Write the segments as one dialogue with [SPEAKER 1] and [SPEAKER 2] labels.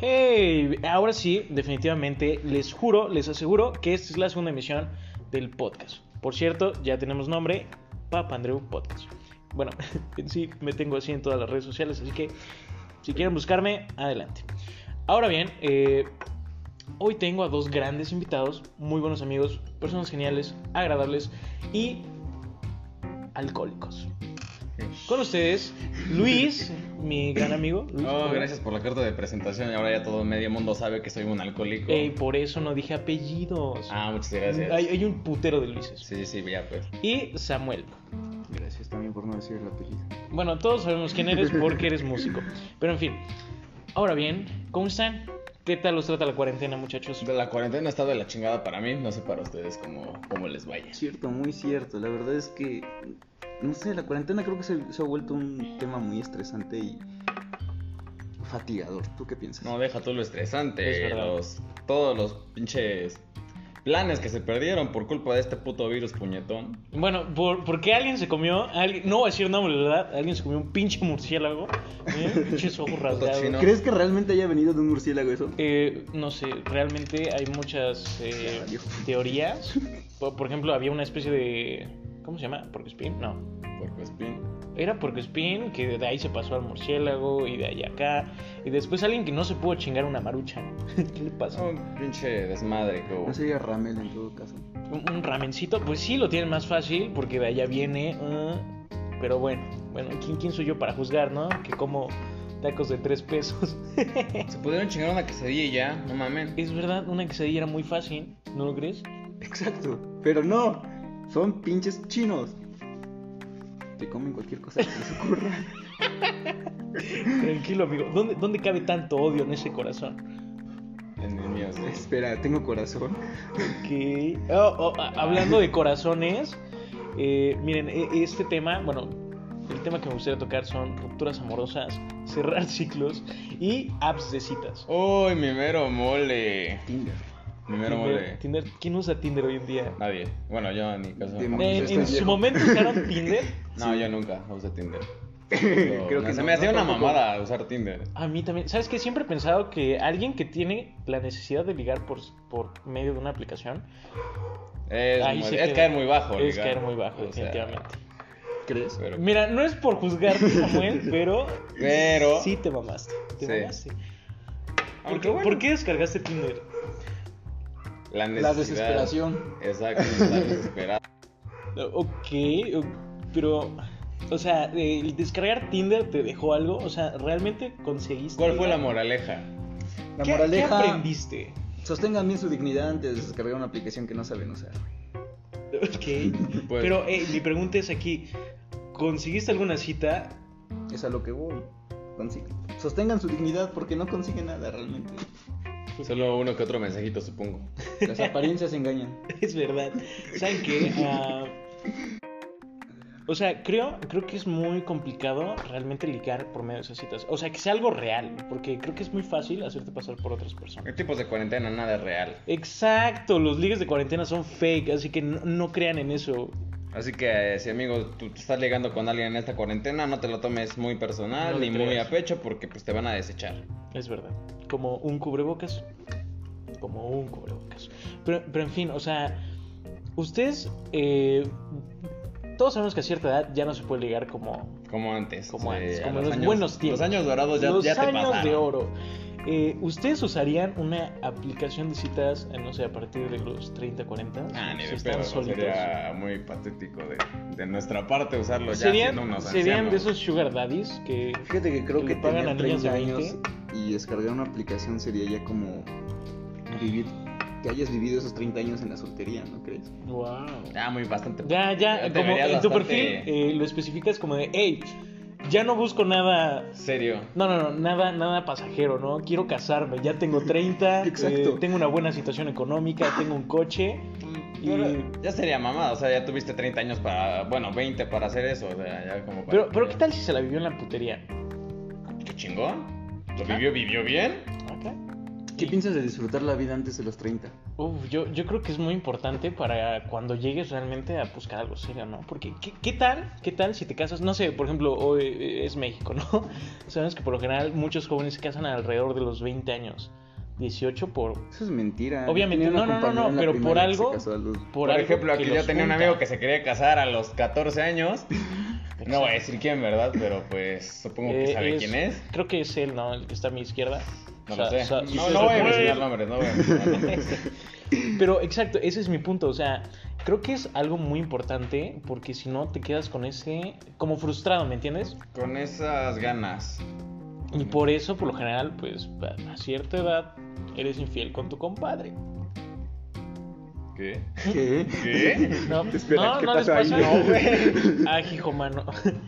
[SPEAKER 1] Hey, ahora sí, definitivamente, les juro, les aseguro que esta es la segunda emisión del podcast. Por cierto, ya tenemos nombre, Papa Andreu Podcast. Bueno, en sí me tengo así en todas las redes sociales, así que si quieren buscarme, adelante. Ahora bien, eh, hoy tengo a dos grandes invitados, muy buenos amigos, personas geniales, agradables y alcohólicos. Con ustedes, Luis, mi gran amigo. Luis,
[SPEAKER 2] Oh,
[SPEAKER 1] ¿cómo estás?
[SPEAKER 2] gracias por la carta de presentación. Ahora ya todo medio mundo sabe que soy un alcohólico.
[SPEAKER 1] Ey, por eso no dije apellidos.
[SPEAKER 2] Ah, muchas gracias.
[SPEAKER 1] hay, hay un putero de Luises.
[SPEAKER 2] Sí, sí, ya pues.
[SPEAKER 1] Y Samuel.
[SPEAKER 3] Gracias también por no decir el apellido.
[SPEAKER 1] Bueno, todos sabemos quién eres porque eres músico. Pero en fin. Ahora bien, ¿cómo están? ¿Qué tal los trata la cuarentena, muchachos?
[SPEAKER 2] De la cuarentena está de la chingada para mí. No sé para ustedes cómo, cómo les vaya.
[SPEAKER 3] Cierto, muy cierto. La verdad es que, no sé, la cuarentena creo que se, se ha vuelto un tema muy estresante y fatigador. ¿Tú qué piensas?
[SPEAKER 2] No, deja todo lo estresante.
[SPEAKER 1] Es verdad.
[SPEAKER 2] los- todos los pinches planes que se perdieron por culpa de este puto virus puñetón.
[SPEAKER 1] Bueno, por, ¿por qué alguien se comió? alguien- no voy a decir nombre, ¿verdad? Alguien se comió un pinche murciélago. ¿eh? Pinches ojos rasgados.
[SPEAKER 2] chino.
[SPEAKER 3] ¿Crees que realmente haya venido de un murciélago eso?
[SPEAKER 1] Eh, no sé, realmente hay muchas eh,
[SPEAKER 3] Dios.
[SPEAKER 1] teorías. Por, por ejemplo, había una especie de. ¿Cómo se llama? ¿Porque spin? No.
[SPEAKER 2] Porque Spin.
[SPEAKER 1] Era porque Spin, que de ahí se pasó al murciélago y de ahí acá. Y después alguien que no se pudo chingar una marucha. ¿Qué le pasó?
[SPEAKER 2] Un pinche desmadre que hubo.
[SPEAKER 1] Ah,
[SPEAKER 3] No sería Ramel en todo caso.
[SPEAKER 1] ¿Un, un ramencito? Pues sí, lo tienen más fácil porque de allá viene. ah, pero bueno, bueno, ¿quién, ¿quién soy yo para juzgar, no? Que como tacos de tres pesos.
[SPEAKER 2] Se pudieron chingar una quesadilla y ya, no mamen.
[SPEAKER 1] es verdad, una quesadilla era muy fácil, ¿no lo crees?
[SPEAKER 3] Exacto. Pero no, son pinches chinos. Te comen cualquier cosa que les ocurra.
[SPEAKER 1] Tranquilo, amigo. ¿Dónde, ¿Dónde cabe tanto odio en ese corazón?
[SPEAKER 2] En el mío, sí.
[SPEAKER 3] Espera, tengo corazón.
[SPEAKER 1] Ok. Oh, oh, a- hablando de corazones, eh, miren, e- este tema, bueno, el tema que me gustaría tocar son rupturas amorosas, cerrar ciclos y apps de citas.
[SPEAKER 2] Uy, mi mero mole.
[SPEAKER 3] Tinder.
[SPEAKER 2] Mi mero mole.
[SPEAKER 1] Tinder, Tinder- ¿Quién usa Tinder hoy en día?
[SPEAKER 2] Nadie. Bueno, yo en mi caso.
[SPEAKER 3] De-
[SPEAKER 2] jamás.
[SPEAKER 3] pues
[SPEAKER 1] En,
[SPEAKER 3] estás
[SPEAKER 1] en su
[SPEAKER 3] viejo.
[SPEAKER 1] momento usaron Tinder.
[SPEAKER 2] No, yo nunca usé Tinder.
[SPEAKER 3] Creo
[SPEAKER 2] Creo
[SPEAKER 3] que
[SPEAKER 2] que se
[SPEAKER 3] no,
[SPEAKER 2] me hacía
[SPEAKER 3] no,
[SPEAKER 2] una
[SPEAKER 3] tampoco.
[SPEAKER 2] mamada usar Tinder.
[SPEAKER 1] A mí también. ¿Sabes qué? Siempre he pensado que alguien que tiene la necesidad de ligar por, por medio de una aplicación
[SPEAKER 2] Es,
[SPEAKER 1] ahí
[SPEAKER 2] muy-
[SPEAKER 1] se
[SPEAKER 2] es
[SPEAKER 1] queda.
[SPEAKER 2] caer muy bajo.
[SPEAKER 1] Es
[SPEAKER 2] ligar.
[SPEAKER 1] caer muy bajo,
[SPEAKER 2] O sea,
[SPEAKER 1] definitivamente.
[SPEAKER 3] ¿Crees?
[SPEAKER 2] pero,
[SPEAKER 1] Mira, no es por juzgarte, Samuel, pero.
[SPEAKER 2] Pero-
[SPEAKER 1] Sí, te mamaste. Te
[SPEAKER 2] Sí.
[SPEAKER 1] mamaste. ¿Por
[SPEAKER 2] Aunque
[SPEAKER 1] qué,
[SPEAKER 2] bueno.
[SPEAKER 1] por qué descargaste Tinder?
[SPEAKER 2] la,
[SPEAKER 3] La
[SPEAKER 2] necesidad.
[SPEAKER 3] desesperación.
[SPEAKER 2] Exacto, la desesperada.
[SPEAKER 1] Ok, o- pero. O sea, el descargar Tinder te dejó algo. O sea, ¿realmente conseguiste?
[SPEAKER 2] ¿Cuál fue la moraleja?
[SPEAKER 1] ¿Qué-
[SPEAKER 3] La
[SPEAKER 1] ¿Qué
[SPEAKER 3] moraleja.
[SPEAKER 1] aprendiste?
[SPEAKER 3] Sostengan bien su dignidad antes de descargar una aplicación que no saben usar.
[SPEAKER 1] Ok.
[SPEAKER 2] Pues-
[SPEAKER 1] Pero eh, mi pregunta es aquí. ¿Consiguiste alguna cita?
[SPEAKER 3] Es a lo que voy. Consigue- Sostengan su dignidad porque no consiguen nada realmente.
[SPEAKER 2] Solo uno que otro mensajito, supongo.
[SPEAKER 3] Las apariencias engañan.
[SPEAKER 1] Es verdad. ¿Saben qué? Ah, o sea, creo, creo que es muy complicado realmente ligar por medio de esas citas. O sea, que sea algo real, porque creo que es muy fácil hacerte pasar por otras personas.
[SPEAKER 2] El tipos de cuarentena, nada es real.
[SPEAKER 1] Exacto, los ligues de cuarentena son fake, así que no, no crean en eso.
[SPEAKER 2] Así que eh, si amigo tú te estás ligando con alguien en esta cuarentena, no te lo tomes muy personal
[SPEAKER 1] No le
[SPEAKER 2] ni muy
[SPEAKER 1] creas.
[SPEAKER 2] a pecho porque pues te van a desechar.
[SPEAKER 1] Es verdad. Como un cubrebocas. Como un cubrebocas. Pero, pero en fin, o sea, ustedes... eh, todos sabemos que a cierta edad ya no se puede ligar como
[SPEAKER 2] Como antes.
[SPEAKER 1] Como
[SPEAKER 2] o sea,
[SPEAKER 1] antes,
[SPEAKER 2] a
[SPEAKER 1] como en
[SPEAKER 2] los
[SPEAKER 1] los buenos tiempos.
[SPEAKER 2] Los años dorados ya,
[SPEAKER 1] los
[SPEAKER 2] ya te
[SPEAKER 1] años
[SPEAKER 2] pasaron.
[SPEAKER 1] de oro. Eh, ¿Ustedes usarían una aplicación de citas, eh, no sé, a partir de los 30, 40?
[SPEAKER 2] Ah, ni
[SPEAKER 1] Si
[SPEAKER 2] de
[SPEAKER 1] están
[SPEAKER 2] pedo,
[SPEAKER 1] solitos.
[SPEAKER 2] sería muy patético de, de nuestra parte usarlo pues ya siendo
[SPEAKER 1] ¿Serían,
[SPEAKER 2] unos
[SPEAKER 1] serían
[SPEAKER 2] ancianos.
[SPEAKER 1] de esos sugar daddies que...
[SPEAKER 3] Fíjate que creo
[SPEAKER 1] ¿Le
[SPEAKER 3] que
[SPEAKER 1] pagan a
[SPEAKER 3] tener
[SPEAKER 1] niñas de
[SPEAKER 3] 30 años
[SPEAKER 1] 20?
[SPEAKER 3] y descargar una aplicación sería ya como vivir que hayas vivido esos 30 años en la soltería, ¿no crees?
[SPEAKER 1] Wow.
[SPEAKER 2] Ya, muy bastante.
[SPEAKER 1] Ya, ya,
[SPEAKER 2] te
[SPEAKER 1] como
[SPEAKER 2] verías
[SPEAKER 1] en tu
[SPEAKER 2] bastante
[SPEAKER 1] perfil eh, lo especificas como de, hey, ya no busco nada...
[SPEAKER 2] Serio.
[SPEAKER 1] No, no, no, nada, nada pasajero, ¿no? Quiero casarme, ya tengo 30, eh,
[SPEAKER 3] Exacto.
[SPEAKER 1] tengo una buena situación económica, tengo un coche. Y-
[SPEAKER 2] Pero Ya sería mamada, o sea, ya tuviste 30 años para, bueno, 20 para hacer eso, o sea, ya como para...
[SPEAKER 1] Pero, pero ¿qué tal si se la vivió en la putería?
[SPEAKER 2] ¿Qué chingón? ¿Lo vivió, vivió bien?
[SPEAKER 1] Acá.
[SPEAKER 3] ¿Qué piensas de disfrutar la vida antes de los 30?
[SPEAKER 1] Uf, yo, yo creo que es muy importante para cuando llegues realmente a buscar algo serio, ¿no? Porque, ¿qué, qué tal? ¿Qué tal si te casas? No sé, por ejemplo, hoy eh, es México, ¿no? Sabemos que por lo general muchos jóvenes se casan alrededor de los 20 años. 18 por...
[SPEAKER 3] Eso es mentira. Yo
[SPEAKER 1] Obviamente,
[SPEAKER 3] tenía
[SPEAKER 1] no,
[SPEAKER 3] una
[SPEAKER 1] no, no, no,
[SPEAKER 3] compañera en la
[SPEAKER 1] pero por
[SPEAKER 3] primaria que
[SPEAKER 1] algo-
[SPEAKER 3] se casó a los-
[SPEAKER 2] Por,
[SPEAKER 1] algo
[SPEAKER 2] ejemplo,
[SPEAKER 1] que
[SPEAKER 2] aquí yo
[SPEAKER 1] los
[SPEAKER 2] tenía un
[SPEAKER 1] junta.
[SPEAKER 2] amigo que se quería casar a los 14 años. No voy a decir quién, ¿verdad? Pero pues supongo que
[SPEAKER 1] Eh,
[SPEAKER 2] sabe quién es.
[SPEAKER 1] Creo que es él, ¿no? El que está a mi izquierda.
[SPEAKER 2] No
[SPEAKER 1] O sea,
[SPEAKER 2] lo sé.
[SPEAKER 1] o sea,
[SPEAKER 2] no,
[SPEAKER 1] se
[SPEAKER 2] no voy a
[SPEAKER 1] supone-
[SPEAKER 2] mencionar nombres, no voy a mencionar nombres.
[SPEAKER 1] Pero exacto, ese es mi punto. O sea, creo que es algo muy importante porque si no te quedas con ese. como frustrado, ¿me entiendes?
[SPEAKER 2] Con esas ganas.
[SPEAKER 1] Y por eso, por lo general, pues a cierta edad eres infiel con tu compadre.
[SPEAKER 2] ¿Qué?
[SPEAKER 3] ¿Qué?
[SPEAKER 2] ¿Qué?
[SPEAKER 1] No,
[SPEAKER 3] Espera,
[SPEAKER 1] no,
[SPEAKER 3] ¿qué
[SPEAKER 1] no les
[SPEAKER 3] pasa ahí?
[SPEAKER 1] pasa.
[SPEAKER 3] No,
[SPEAKER 1] Ah, hijo mano.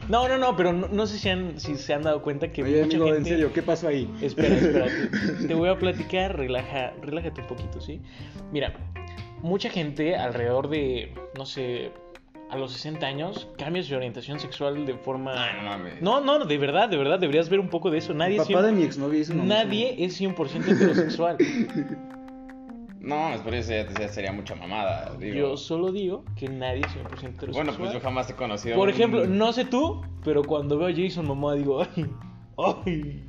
[SPEAKER 1] No, no, no, pero no, no sé si, han, si se han dado cuenta que.
[SPEAKER 3] Oye,
[SPEAKER 1] mucha
[SPEAKER 3] amigo, en
[SPEAKER 1] gente-
[SPEAKER 3] serio, ¿qué pasó ahí?
[SPEAKER 1] Espera, espera. te- Te voy a platicar, relaja, relájate un poquito, ¿sí? Mira, mucha gente alrededor de, no sé, a los 60 años cambia su orientación sexual de
[SPEAKER 2] Ah, no
[SPEAKER 1] forma...
[SPEAKER 2] mames.
[SPEAKER 1] No, no, de verdad, de verdad, deberías ver un poco de eso. Nadie,
[SPEAKER 3] El
[SPEAKER 1] es,
[SPEAKER 3] papá de
[SPEAKER 1] 100
[SPEAKER 3] mi exnovia hizo una
[SPEAKER 1] nadie es 100% heterosexual.
[SPEAKER 2] No mames, pero eso ya, ya sería mucha mamada. digo.
[SPEAKER 1] Yo solo digo que nadie es 100% heterosexual.
[SPEAKER 2] Bueno, pues yo jamás he conocido.
[SPEAKER 1] Por
[SPEAKER 2] un-
[SPEAKER 1] ejemplo, no sé tú, pero cuando veo a Jason Momoa digo, ay, ay,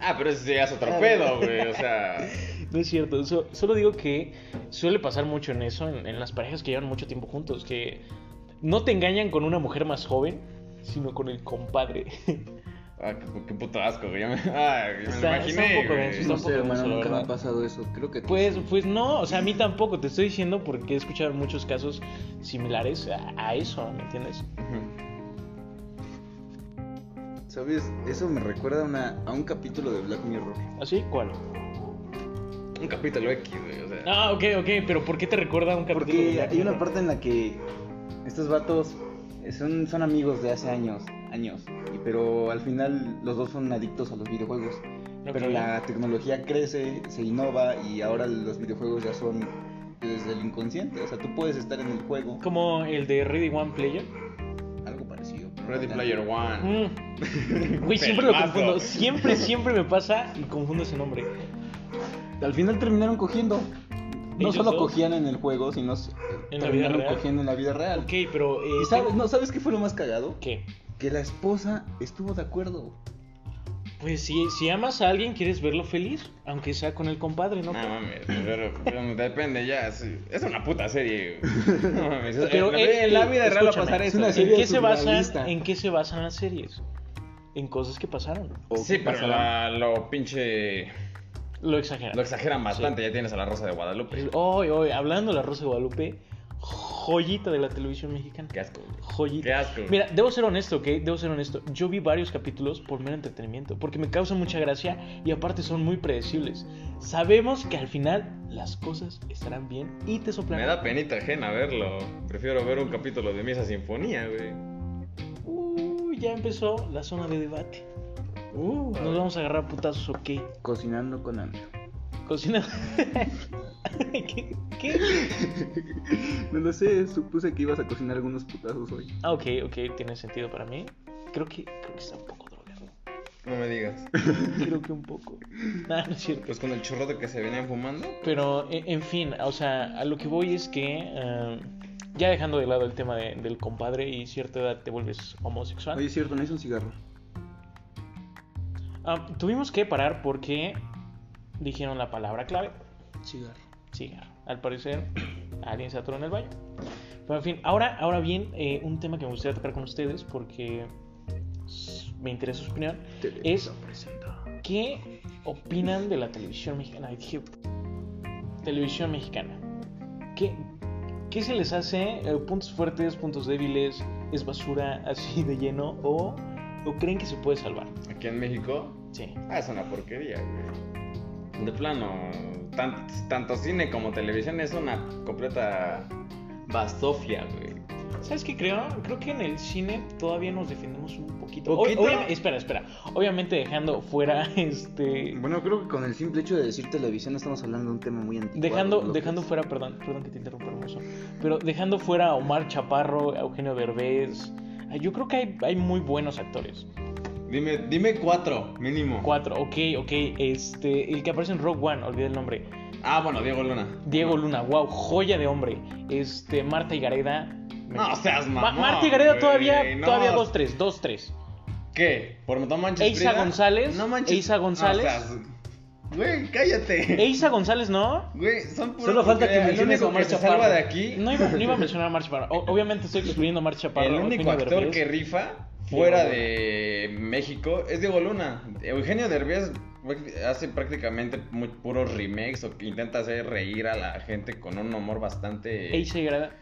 [SPEAKER 2] Ah, pero eso ya es otro pedo, güey. O sea.
[SPEAKER 1] No es cierto, so- solo digo que suele pasar mucho en eso, en, en las parejas que llevan mucho tiempo juntos, que no te engañan con una mujer más joven, sino con el compadre.
[SPEAKER 2] Ah, qué, qué puto asco, güey. Ya me, ah, ya me lo
[SPEAKER 1] Está- está un
[SPEAKER 2] imaginé.
[SPEAKER 1] poco
[SPEAKER 2] güey.
[SPEAKER 1] denso,
[SPEAKER 3] No sé,
[SPEAKER 1] Tampoco
[SPEAKER 3] hermano,
[SPEAKER 1] eso, la
[SPEAKER 3] nunca me
[SPEAKER 1] verdad.
[SPEAKER 3] ha pasado eso. Creo que.
[SPEAKER 1] Pues, pues no, o sea, a mí tampoco, te estoy diciendo porque he escuchado muchos casos similares a, a eso, ¿me entiendes?
[SPEAKER 2] Ujú.
[SPEAKER 3] ¿Sabes? Eso me recuerda a, una- a un capítulo de Black Mirror.
[SPEAKER 1] ¿Así? ¿Cuál?
[SPEAKER 2] Un capítulo X, güey. O sea.
[SPEAKER 1] Ah, ok, ok, pero ¿por qué te recuerda a un capítulo? de
[SPEAKER 3] Porque
[SPEAKER 1] Black
[SPEAKER 3] hay una
[SPEAKER 1] Mirror?
[SPEAKER 3] parte en la que estos vatos son, son amigos de hace años, años, y- pero al final los dos son adictos a los videojuegos. Pero
[SPEAKER 1] Ok.
[SPEAKER 3] la tecnología crece, se innova y ahora los videojuegos ya son desde el inconsciente. O sea, tú puedes estar en el juego,
[SPEAKER 1] Como el de Ready One Player.
[SPEAKER 3] algo parecido. pero no
[SPEAKER 2] Ready
[SPEAKER 3] tanto.
[SPEAKER 2] Player One.
[SPEAKER 1] Mm. Güey, siempre lo
[SPEAKER 2] Pelmazo.
[SPEAKER 1] confundo, siempre, siempre me pasa y confundo ese nombre.
[SPEAKER 3] Al final terminaron cogiendo. No
[SPEAKER 1] Ellos
[SPEAKER 3] solo
[SPEAKER 1] dos.
[SPEAKER 3] cogían en el juego, sino s-
[SPEAKER 1] ¿En la vida
[SPEAKER 3] terminaron
[SPEAKER 1] real?
[SPEAKER 3] cogiendo en la vida real.
[SPEAKER 1] Ok, pero... eh,
[SPEAKER 3] ¿Y sabes, no, ¿Sabes qué fue lo más cagado?
[SPEAKER 1] ¿Qué?
[SPEAKER 3] Que la esposa estuvo de acuerdo.
[SPEAKER 1] Pues si, si amas a alguien, quieres verlo feliz, aunque sea con el compadre, ¿no?
[SPEAKER 2] No mames, pero, pero depende ya. sí. Es una puta serie. güey. No mames. es-
[SPEAKER 1] Pero,
[SPEAKER 2] en la
[SPEAKER 1] eh,
[SPEAKER 2] vida- en la
[SPEAKER 1] eh,
[SPEAKER 2] vida real va a
[SPEAKER 1] escúchame,
[SPEAKER 2] pasar
[SPEAKER 1] es
[SPEAKER 2] eso.
[SPEAKER 3] una
[SPEAKER 2] güey.
[SPEAKER 1] ¿En
[SPEAKER 3] serie
[SPEAKER 1] qué, se basan,
[SPEAKER 3] surrealista.
[SPEAKER 1] ¿En qué se basan las series? En cosas que pasaron.
[SPEAKER 3] ¿O
[SPEAKER 2] Sí,
[SPEAKER 3] qué
[SPEAKER 2] pero
[SPEAKER 3] pasará?
[SPEAKER 2] la- lo pinche.
[SPEAKER 1] Lo exageran.
[SPEAKER 2] Lo exageran bastante. Ya tienes a la Rosa de Guadalupe.
[SPEAKER 1] Hoy, hoy, hablando de la Rosa de Guadalupe, joyita de la televisión mexicana.
[SPEAKER 2] Qué asco. güey.
[SPEAKER 1] Joyita.
[SPEAKER 2] Qué asco. güey.
[SPEAKER 1] Mira, debo ser honesto, ¿ok? Debo ser honesto. Yo vi varios capítulos por mero entretenimiento, porque me causan mucha gracia y aparte son muy predecibles. Sabemos que al final las cosas estarán bien y te soplan.
[SPEAKER 2] Me da penita ajena verlo. Prefiero ver un capítulo de Misa Sinfonía, güey.
[SPEAKER 1] Uh, ya empezó la zona de debate.
[SPEAKER 2] Uh, a
[SPEAKER 1] Nos
[SPEAKER 2] ver.
[SPEAKER 1] vamos a agarrar a putazos, ¿ok?
[SPEAKER 3] Cocinando con Andrew.
[SPEAKER 1] Cocina. ¿Qué? ¿Qué?
[SPEAKER 3] No lo sé, supuse que ibas a cocinar algunos putazos hoy.
[SPEAKER 1] Ah, ok, ok, tiene sentido para mí. Creo que, creo que está un poco drogado.
[SPEAKER 2] No me digas.
[SPEAKER 1] Creo que un poco. Nada, no es cierto.
[SPEAKER 2] Pues con el chorrote que se venían fumando.
[SPEAKER 1] Pero, e- en fin, o sea, a lo que voy es que. eh, ya dejando de lado el tema de- del compadre y cierta edad te vuelves homosexual.
[SPEAKER 3] Oye, es cierto, no hice un cigarro.
[SPEAKER 1] Ah, tuvimos que parar porque dijeron la palabra clave.
[SPEAKER 3] Cigarro.
[SPEAKER 1] cigarro. Al parecer, alguien se atoró en el baño. Pero en fin, ahora, ahora bien, eh, un tema que me gustaría tocar con ustedes porque s- me interesa su opinión. Es- ¿Qué opinan de la televisión mexicana? Ay, dije, televisión mexicana. ¿Qué, qué se les hace? Eh, ¿Puntos fuertes, puntos débiles? ¿Es basura así de lleno? ¿O, o creen que se puede salvar?
[SPEAKER 2] Aquí en México.
[SPEAKER 1] Sí.
[SPEAKER 2] Ah, es una porquería, güey. De plano. tan- tanto cine como televisión es una completa basofia, güey.
[SPEAKER 1] ¿Sabes qué creo? Creo que en el cine todavía nos defendemos un poquito.
[SPEAKER 2] ¿Poquito?
[SPEAKER 1] Ob- obvia- espera, espera. Obviamente dejando fuera este.
[SPEAKER 3] Bueno, creo que con el simple hecho de decir televisión estamos hablando de un tema muy antiguo.
[SPEAKER 1] Dejando, dejando fuera, perdón, perdón que te interrumpa, hermoso. Pero dejando fuera a Omar Chaparro, a Eugenio Derbez. ah, Yo creo que hay, hay muy buenos actores.
[SPEAKER 2] Dime, dime cuatro, mínimo.
[SPEAKER 1] Cuatro, ok, ok. Este, el que aparece en Rogue One, olvidé el nombre.
[SPEAKER 2] Ah, bueno, Diego Luna.
[SPEAKER 1] Diego Luna, wow, joya de hombre. Este, Marta Higareda. me-
[SPEAKER 2] No seas
[SPEAKER 1] Ma-
[SPEAKER 2] mamón,
[SPEAKER 1] Marta Higareda
[SPEAKER 2] güey,
[SPEAKER 1] todavía,
[SPEAKER 2] no.
[SPEAKER 1] todavía 2-3, 2-3.
[SPEAKER 2] ¿Qué? ¿Por no manches
[SPEAKER 1] Eiza
[SPEAKER 2] Frida?
[SPEAKER 1] González,
[SPEAKER 2] No manches.
[SPEAKER 1] Eiza González.
[SPEAKER 2] seas- Güey, cállate.
[SPEAKER 1] Eiza González, ¿no?
[SPEAKER 2] Güey, son puros.
[SPEAKER 4] Solo falta que
[SPEAKER 2] el
[SPEAKER 4] menciones
[SPEAKER 2] único
[SPEAKER 4] a Omar
[SPEAKER 2] que se
[SPEAKER 4] Chaparro.
[SPEAKER 2] salva de aquí.
[SPEAKER 1] No iba, no iba a mencionar a March Chaparro. O- obviamente estoy excluyendo a March Chaparro.
[SPEAKER 2] el único
[SPEAKER 1] Eugenio
[SPEAKER 2] actor
[SPEAKER 1] Derbez.
[SPEAKER 2] que rifa fuera
[SPEAKER 1] Luna.
[SPEAKER 2] de México es Diego Luna. Eugenio Derbez práct- hace prácticamente muy puros remakes o que intenta hacer reír a la gente con un humor bastante.
[SPEAKER 1] Eiza Higareda.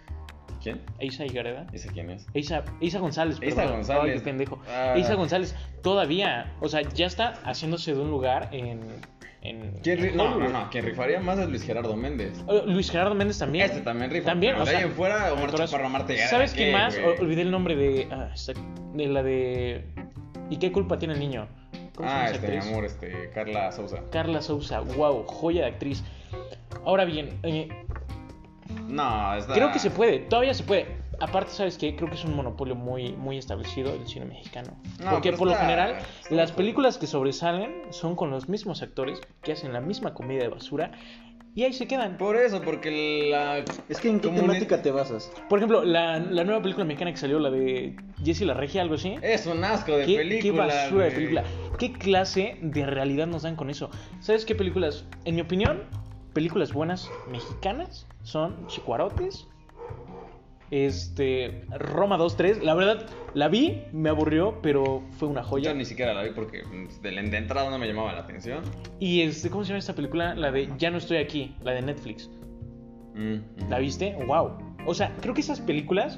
[SPEAKER 2] ¿Quién?
[SPEAKER 1] Eiza Higareda.
[SPEAKER 2] ¿Ese quién es?
[SPEAKER 1] Isa, Isa González,
[SPEAKER 2] Isa
[SPEAKER 1] perdón.
[SPEAKER 2] González.
[SPEAKER 1] Ay, qué pendejo.
[SPEAKER 2] Ah.
[SPEAKER 1] Isa González todavía, o sea, ya está haciéndose de un lugar en. en
[SPEAKER 2] ¿Quién ri-
[SPEAKER 1] en
[SPEAKER 2] No, no,
[SPEAKER 1] Hollywood.
[SPEAKER 2] no, quien rifaría más es Luis Gerardo Méndez.
[SPEAKER 1] Eh, Luis Gerardo Méndez también.
[SPEAKER 2] Este también rifa.
[SPEAKER 1] También,
[SPEAKER 2] pero
[SPEAKER 1] o
[SPEAKER 2] de
[SPEAKER 1] sea,
[SPEAKER 2] ahí en fuera, Omar
[SPEAKER 1] actorazo.
[SPEAKER 2] Chaparro, Marta Higuera,
[SPEAKER 1] ¿Sabes quién
[SPEAKER 2] ¿qué,
[SPEAKER 1] más?
[SPEAKER 2] güey?
[SPEAKER 1] O- olvidé el nombre de. ah, esta- de la de. ¿Y qué culpa tiene el niño? ¿Cómo se llama
[SPEAKER 2] Ah,
[SPEAKER 1] esa
[SPEAKER 2] este, mi
[SPEAKER 1] actriz?
[SPEAKER 2] amor, este, Carla Sousa.
[SPEAKER 1] Carla Sousa, wow, joya de actriz. Ahora bien, eh,
[SPEAKER 2] No, está...
[SPEAKER 1] creo que se puede, todavía se puede. Aparte, ¿sabes qué? Creo que es un monopolio muy, muy establecido el cine mexicano.
[SPEAKER 2] No,
[SPEAKER 1] Porque
[SPEAKER 2] pero
[SPEAKER 1] por lo
[SPEAKER 2] está-
[SPEAKER 1] general,
[SPEAKER 2] está
[SPEAKER 1] las
[SPEAKER 2] bien.
[SPEAKER 1] películas que sobresalen son con los mismos actores que hacen la misma comida de basura y ahí se quedan.
[SPEAKER 2] Por eso, porque la...
[SPEAKER 4] Es que en qué
[SPEAKER 2] Comunes-
[SPEAKER 4] temática te basas.
[SPEAKER 1] Por ejemplo, la, la nueva película mexicana que salió, la de Jessie la Regia, algo así.
[SPEAKER 2] Es un asco de
[SPEAKER 1] ¿Qué,
[SPEAKER 2] película,
[SPEAKER 1] qué basura de
[SPEAKER 2] güey.
[SPEAKER 1] película. ¿Qué clase de realidad nos dan con eso? ¿Sabes qué películas? En mi opinión, películas buenas mexicanas son Chicuarotes. Este. Roma 2-3. La verdad, la vi, me aburrió, pero fue una
[SPEAKER 2] Yo
[SPEAKER 1] joya.
[SPEAKER 2] ni siquiera la vi porque mm, de, la- de entrada no me llamaba la atención.
[SPEAKER 1] Y este, ¿cómo se llama esta película? La de Ya no estoy aquí, la de Netflix.
[SPEAKER 2] Mm, mm.
[SPEAKER 1] ¿La viste? ¡Wow! O sea, creo que esas películas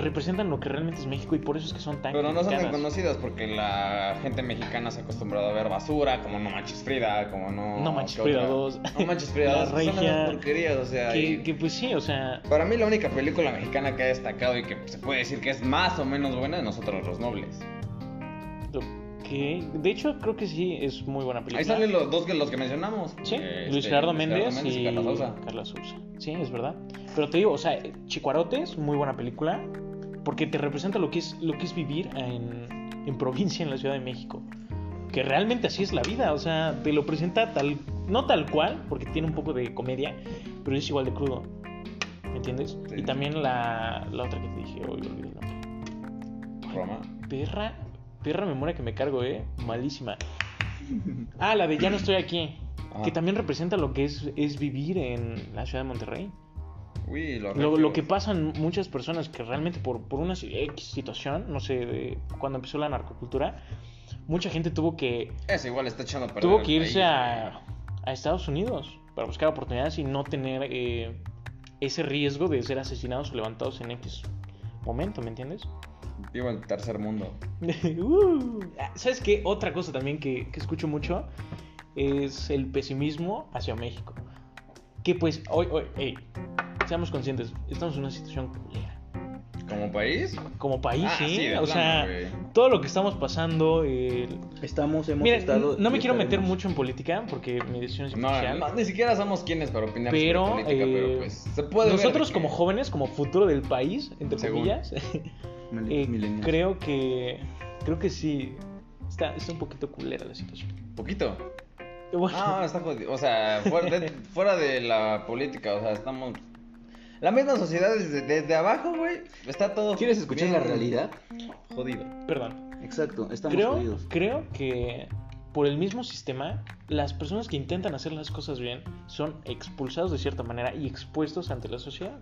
[SPEAKER 1] representan lo que realmente es México y por eso es que son tan.
[SPEAKER 2] Pero no son tan
[SPEAKER 1] criticadas.
[SPEAKER 2] conocidas porque la gente mexicana se ha acostumbrado a ver basura, como No Manches Frida, como No...
[SPEAKER 1] No Manches
[SPEAKER 2] ¿qué
[SPEAKER 1] Frida
[SPEAKER 2] otra?
[SPEAKER 1] 2.
[SPEAKER 2] No Manches Frida
[SPEAKER 1] La
[SPEAKER 2] 2, son las
[SPEAKER 1] Regia.
[SPEAKER 2] porquerías, o sea...
[SPEAKER 1] Que,
[SPEAKER 2] y-
[SPEAKER 1] que pues sí, o sea.
[SPEAKER 2] Para mí la única película mexicana que ha destacado y que se puede decir que es más o menos buena es Nosotros los Nobles.
[SPEAKER 1] Ok. De hecho, creo que sí es muy buena película.
[SPEAKER 2] Ahí salen los dos que los que mencionamos.
[SPEAKER 1] Sí,
[SPEAKER 2] Este,
[SPEAKER 1] Luis Gerardo Méndez y,
[SPEAKER 2] y Carla Sousa.
[SPEAKER 1] Carla Sousa. Sí, es verdad. Pero te digo, o sea, Chicuarotes, muy buena película, porque te representa lo que es, lo que es vivir en, en provincia, en la Ciudad de México. Que realmente así es la vida, o sea, te lo presenta tal, no tal cual, porque tiene un poco de comedia, pero es igual de crudo. ¿Me entiendes?
[SPEAKER 2] Sí.
[SPEAKER 1] Y también la, la otra que te dije, hoy olvidé el nombre.
[SPEAKER 2] Roma.
[SPEAKER 1] Perra, perra memoria que me cargo, eh. Malísima. Ah, la de Ya no estoy aquí.
[SPEAKER 2] Ajá.
[SPEAKER 1] Que también representa lo que es, es vivir en la ciudad de Monterrey.
[SPEAKER 2] Uy, los
[SPEAKER 1] Lo,
[SPEAKER 2] regios.
[SPEAKER 1] lo que pasan muchas personas que realmente por, por una si- X situación, no sé, de cuando empezó la narcocultura, mucha gente tuvo que,
[SPEAKER 2] Es igual, está echando a perder
[SPEAKER 1] tuvo
[SPEAKER 2] el
[SPEAKER 1] que irse
[SPEAKER 2] país.
[SPEAKER 1] a, a Estados Unidos para buscar oportunidades y no tener eh, ese riesgo de ser asesinados o levantados en X momento, ¿me entiendes?
[SPEAKER 2] Vivo en el tercer mundo.
[SPEAKER 1] Uh, ¿Sabes qué? Otra cosa también que, que escucho mucho es el pesimismo hacia México. Que pues, hoy, hoy, hey, seamos conscientes, estamos en una situación culera.
[SPEAKER 2] ¿Como país?
[SPEAKER 1] Como país,
[SPEAKER 2] Ah,
[SPEAKER 1] ¿eh?
[SPEAKER 2] sí, de
[SPEAKER 1] o
[SPEAKER 2] plano,
[SPEAKER 1] sea,
[SPEAKER 2] güey.
[SPEAKER 1] todo lo que estamos pasando. el-
[SPEAKER 4] Estamos, hemos
[SPEAKER 1] Mira,
[SPEAKER 4] estado.
[SPEAKER 1] n- no me
[SPEAKER 4] y
[SPEAKER 1] quiero meter
[SPEAKER 4] estaremos.
[SPEAKER 1] mucho en política porque mi decisión es
[SPEAKER 2] No,
[SPEAKER 1] especial.
[SPEAKER 2] no, ni siquiera somos quienes para opinar
[SPEAKER 1] Pero,
[SPEAKER 2] sobre política,
[SPEAKER 1] eh,
[SPEAKER 2] pero pues se puede ver
[SPEAKER 1] Nosotros
[SPEAKER 2] que-
[SPEAKER 1] como jóvenes, como futuro del país, entre
[SPEAKER 2] Según.
[SPEAKER 1] comillas,
[SPEAKER 3] Malditos
[SPEAKER 1] eh,
[SPEAKER 3] millennials.
[SPEAKER 1] creo que creo que sí está, está un poquito culera la situación.
[SPEAKER 2] Poquito.
[SPEAKER 1] Bueno,
[SPEAKER 2] No, está jodido. O sea, fuera de, fuera de la política, o sea, estamos... La misma sociedad desde, desde abajo, güey, está todo...
[SPEAKER 4] ¿Quieres escuchar
[SPEAKER 2] bien
[SPEAKER 4] la realidad?
[SPEAKER 2] Jodido.
[SPEAKER 1] perdón.
[SPEAKER 3] Exacto, estamos
[SPEAKER 1] creo,
[SPEAKER 3] jodidos.
[SPEAKER 1] creo que por el mismo sistema, las personas que intentan hacer las cosas bien son expulsados de cierta manera y expuestos ante la sociedad.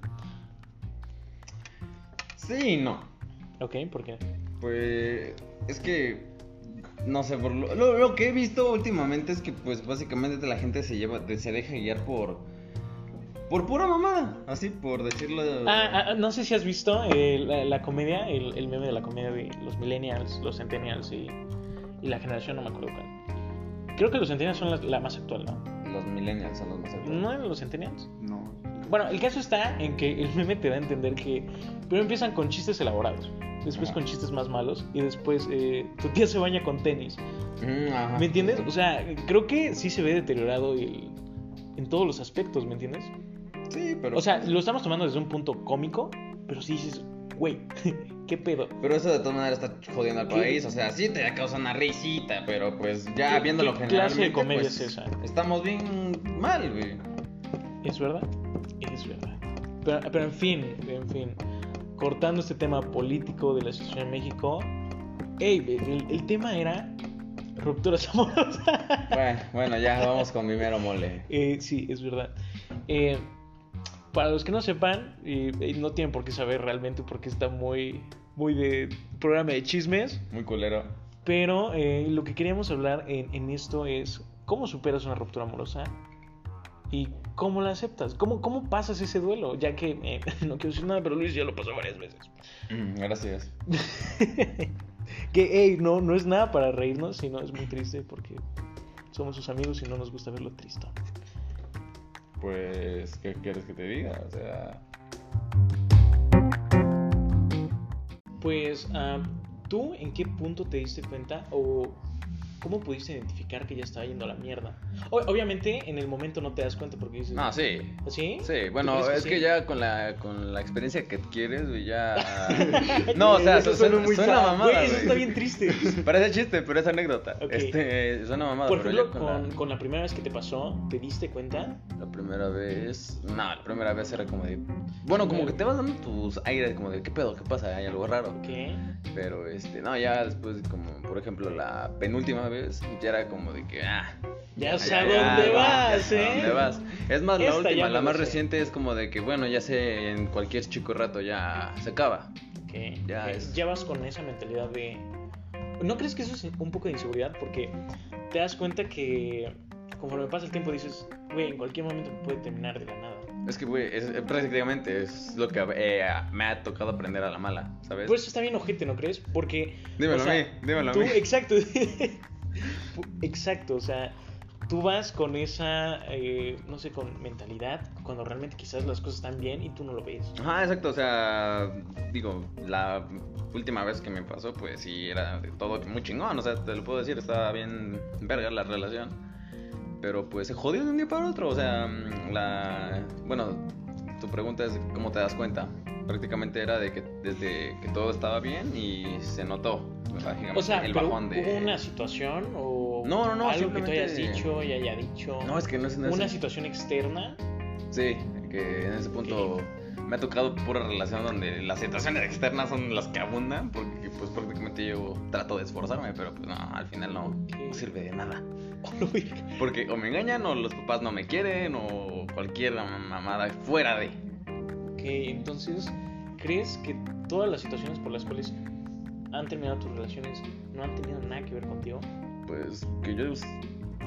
[SPEAKER 2] Sí y no.
[SPEAKER 1] ¿Ok? Porque
[SPEAKER 2] Pues es que no sé, por lo, lo- lo que he visto últimamente es que pues básicamente la gente se lleva, de- se deja guiar por por pura mamada, así por decirlo.
[SPEAKER 3] Mm.
[SPEAKER 1] Ah, ah, ah, no sé si has visto eh, la, la comedia, el, el meme de la comedia de los millennials, los centennials y, y la generación, no me acuerdo cuál. Creo que los centennials son la, la más actual, ¿no?
[SPEAKER 2] Los millennials son los más actuales.
[SPEAKER 1] ah. ¿No eran los centennials?
[SPEAKER 3] No.
[SPEAKER 1] Bueno, el caso está en que el meme te da a entender que primero empiezan con chistes elaborados, después
[SPEAKER 2] Ajá.
[SPEAKER 1] con chistes más malos y después eh, tu tía se baña con tenis.
[SPEAKER 2] Mm, ajá.
[SPEAKER 1] ¿Me entiendes? O sea, creo que sí se ve deteriorado el- en todos los aspectos, ¿me entiendes?
[SPEAKER 2] Sí, pero
[SPEAKER 1] O sea, lo estamos tomando desde un punto cómico, pero sí dices, güey, ¿qué pedo?
[SPEAKER 2] Pero eso de todas maneras está jodiendo al
[SPEAKER 1] ¿Qué?
[SPEAKER 2] país. O sea, sí te causa una risita, pero pues ya
[SPEAKER 1] ¿Qué-
[SPEAKER 2] viéndolo
[SPEAKER 1] qué clase
[SPEAKER 2] generalmente.
[SPEAKER 1] de comedia
[SPEAKER 2] pues,
[SPEAKER 1] es esa?
[SPEAKER 2] Estamos bien mal, güey.
[SPEAKER 1] ¿Es verdad? Es verdad. Pero, pero en fin, en fin, cortando este tema político de la situación en México, ey, el, el tema era rupturas amorosas.
[SPEAKER 2] Bueno, bueno, ya vamos con mi mero mole.
[SPEAKER 1] Eh, sí, es verdad. Eh, para los que no sepan, eh, eh, no tienen por qué saber realmente porque está muy, muy de programa de chismes,
[SPEAKER 2] Muy culero.
[SPEAKER 1] pero eh, lo que queríamos hablar en, en esto es cómo superas una ruptura amorosa y cómo la aceptas, cómo, cómo pasas ese duelo, ya que eh, no quiero decir nada, pero Luis ya lo pasó varias veces.
[SPEAKER 2] Mm, gracias.
[SPEAKER 1] Que, hey, no, no es nada para reírnos, sino es muy triste porque somos sus amigos y no nos gusta verlo triste.
[SPEAKER 2] Pues, ¿qué quieres que te diga? O sea.
[SPEAKER 1] Pues, ah, ¿tú en qué punto te diste cuenta o cómo pudiste identificar que ya estaba yendo a la mierda? O- obviamente, en el momento no te das cuenta porque dices.
[SPEAKER 2] No, sí.
[SPEAKER 1] ¿Sí?
[SPEAKER 2] Sí,
[SPEAKER 1] ¿Tú
[SPEAKER 2] bueno,
[SPEAKER 1] crees
[SPEAKER 2] es
[SPEAKER 1] sí?
[SPEAKER 2] que ya con la, con la experiencia que adquieres, güey, ya. No, o sea,
[SPEAKER 1] Eh, Eso
[SPEAKER 2] suena, suena,
[SPEAKER 1] muy sad.
[SPEAKER 2] mamada.
[SPEAKER 1] Güey, eso
[SPEAKER 2] güey.
[SPEAKER 1] está bien triste.
[SPEAKER 2] Parece chiste, pero es anécdota.
[SPEAKER 1] Ok.
[SPEAKER 2] Este, suena mamada,
[SPEAKER 1] Por
[SPEAKER 2] pero
[SPEAKER 1] ejemplo,
[SPEAKER 2] ya
[SPEAKER 1] con,
[SPEAKER 2] con, la-
[SPEAKER 1] con la primera vez que te pasó, ¿te diste cuenta?
[SPEAKER 2] La primera vez. No, la primera vez era como de. Bueno, como que te vas dando tus aires, como de, ¿qué pedo? ¿Qué pasa? Hay algo raro.
[SPEAKER 1] ¿Qué?
[SPEAKER 2] Pero este, no, ya después, como por ejemplo, la penúltima vez, ya era como de que, ah.
[SPEAKER 1] Ya sé
[SPEAKER 2] ya,
[SPEAKER 1] a
[SPEAKER 2] ya,
[SPEAKER 1] dónde
[SPEAKER 2] ya,
[SPEAKER 1] vas,
[SPEAKER 2] ya sé a
[SPEAKER 1] ¿eh?
[SPEAKER 2] dónde vas. Es más, la
[SPEAKER 1] Esta ya
[SPEAKER 2] última,
[SPEAKER 1] me
[SPEAKER 2] la
[SPEAKER 1] lo
[SPEAKER 2] más
[SPEAKER 1] sé.
[SPEAKER 2] reciente es como de que, bueno, ya sé, en cualquier chico rato ya se acaba.
[SPEAKER 1] Ok,
[SPEAKER 2] Ya
[SPEAKER 1] ok.
[SPEAKER 2] es-
[SPEAKER 1] ya vas con esa mentalidad de... ¿No crees que eso es un poco de inseguridad? Porque te das cuenta que conforme pasa el tiempo dices, güey, en cualquier momento puede terminar de la nada.
[SPEAKER 2] Es que, güey, es, es prácticamente es lo que eh, me ha tocado aprender a la mala, ¿sabes?
[SPEAKER 1] Por eso está bien ojete, ¿no crees? Porque... Pues,
[SPEAKER 2] dímelo
[SPEAKER 1] o sea,
[SPEAKER 2] a mí, dímelo a
[SPEAKER 1] Tú,
[SPEAKER 2] mí.
[SPEAKER 1] exacto. exacto, o sea, tú vas con esa, eh, no sé, con mentalidad, cuando realmente quizás las cosas están bien y tú no lo ves.
[SPEAKER 2] Ajá, exacto, o sea, digo, la última vez que me pasó, pues sí, era de todo muy chingón, o sea, te lo puedo decir, estaba bien verga la relación, pero pues se jodió de un día para otro, o sea, mm, la... Bueno, tu pregunta es cómo te das cuenta, prácticamente era de que desde que todo estaba bien y se notó, o sea, digamos,
[SPEAKER 1] O sea,
[SPEAKER 2] el
[SPEAKER 1] pero
[SPEAKER 2] bajón de...
[SPEAKER 1] ¿hubo una situación o
[SPEAKER 2] No, no, no,
[SPEAKER 1] algo que tú
[SPEAKER 2] simplemente-
[SPEAKER 1] hayas dicho y haya dicho?
[SPEAKER 2] No, es que no es... no es-
[SPEAKER 1] una situación externa.
[SPEAKER 2] Sí, que en ese punto me ha tocado pura relación donde las situaciones externas son las que abundan, porque pues prácticamente yo trato de esforzarme, pero pues no, al final no
[SPEAKER 1] Ok.
[SPEAKER 2] sirve de nada.
[SPEAKER 1] Uy,
[SPEAKER 2] Porque o me engañan o los papás no me quieren o cualquier mamada fuera de...
[SPEAKER 1] ok, entonces, ¿crees que todas las situaciones por las cuales han terminado tus relaciones no han tenido nada que ver contigo?
[SPEAKER 2] Pues que yo s-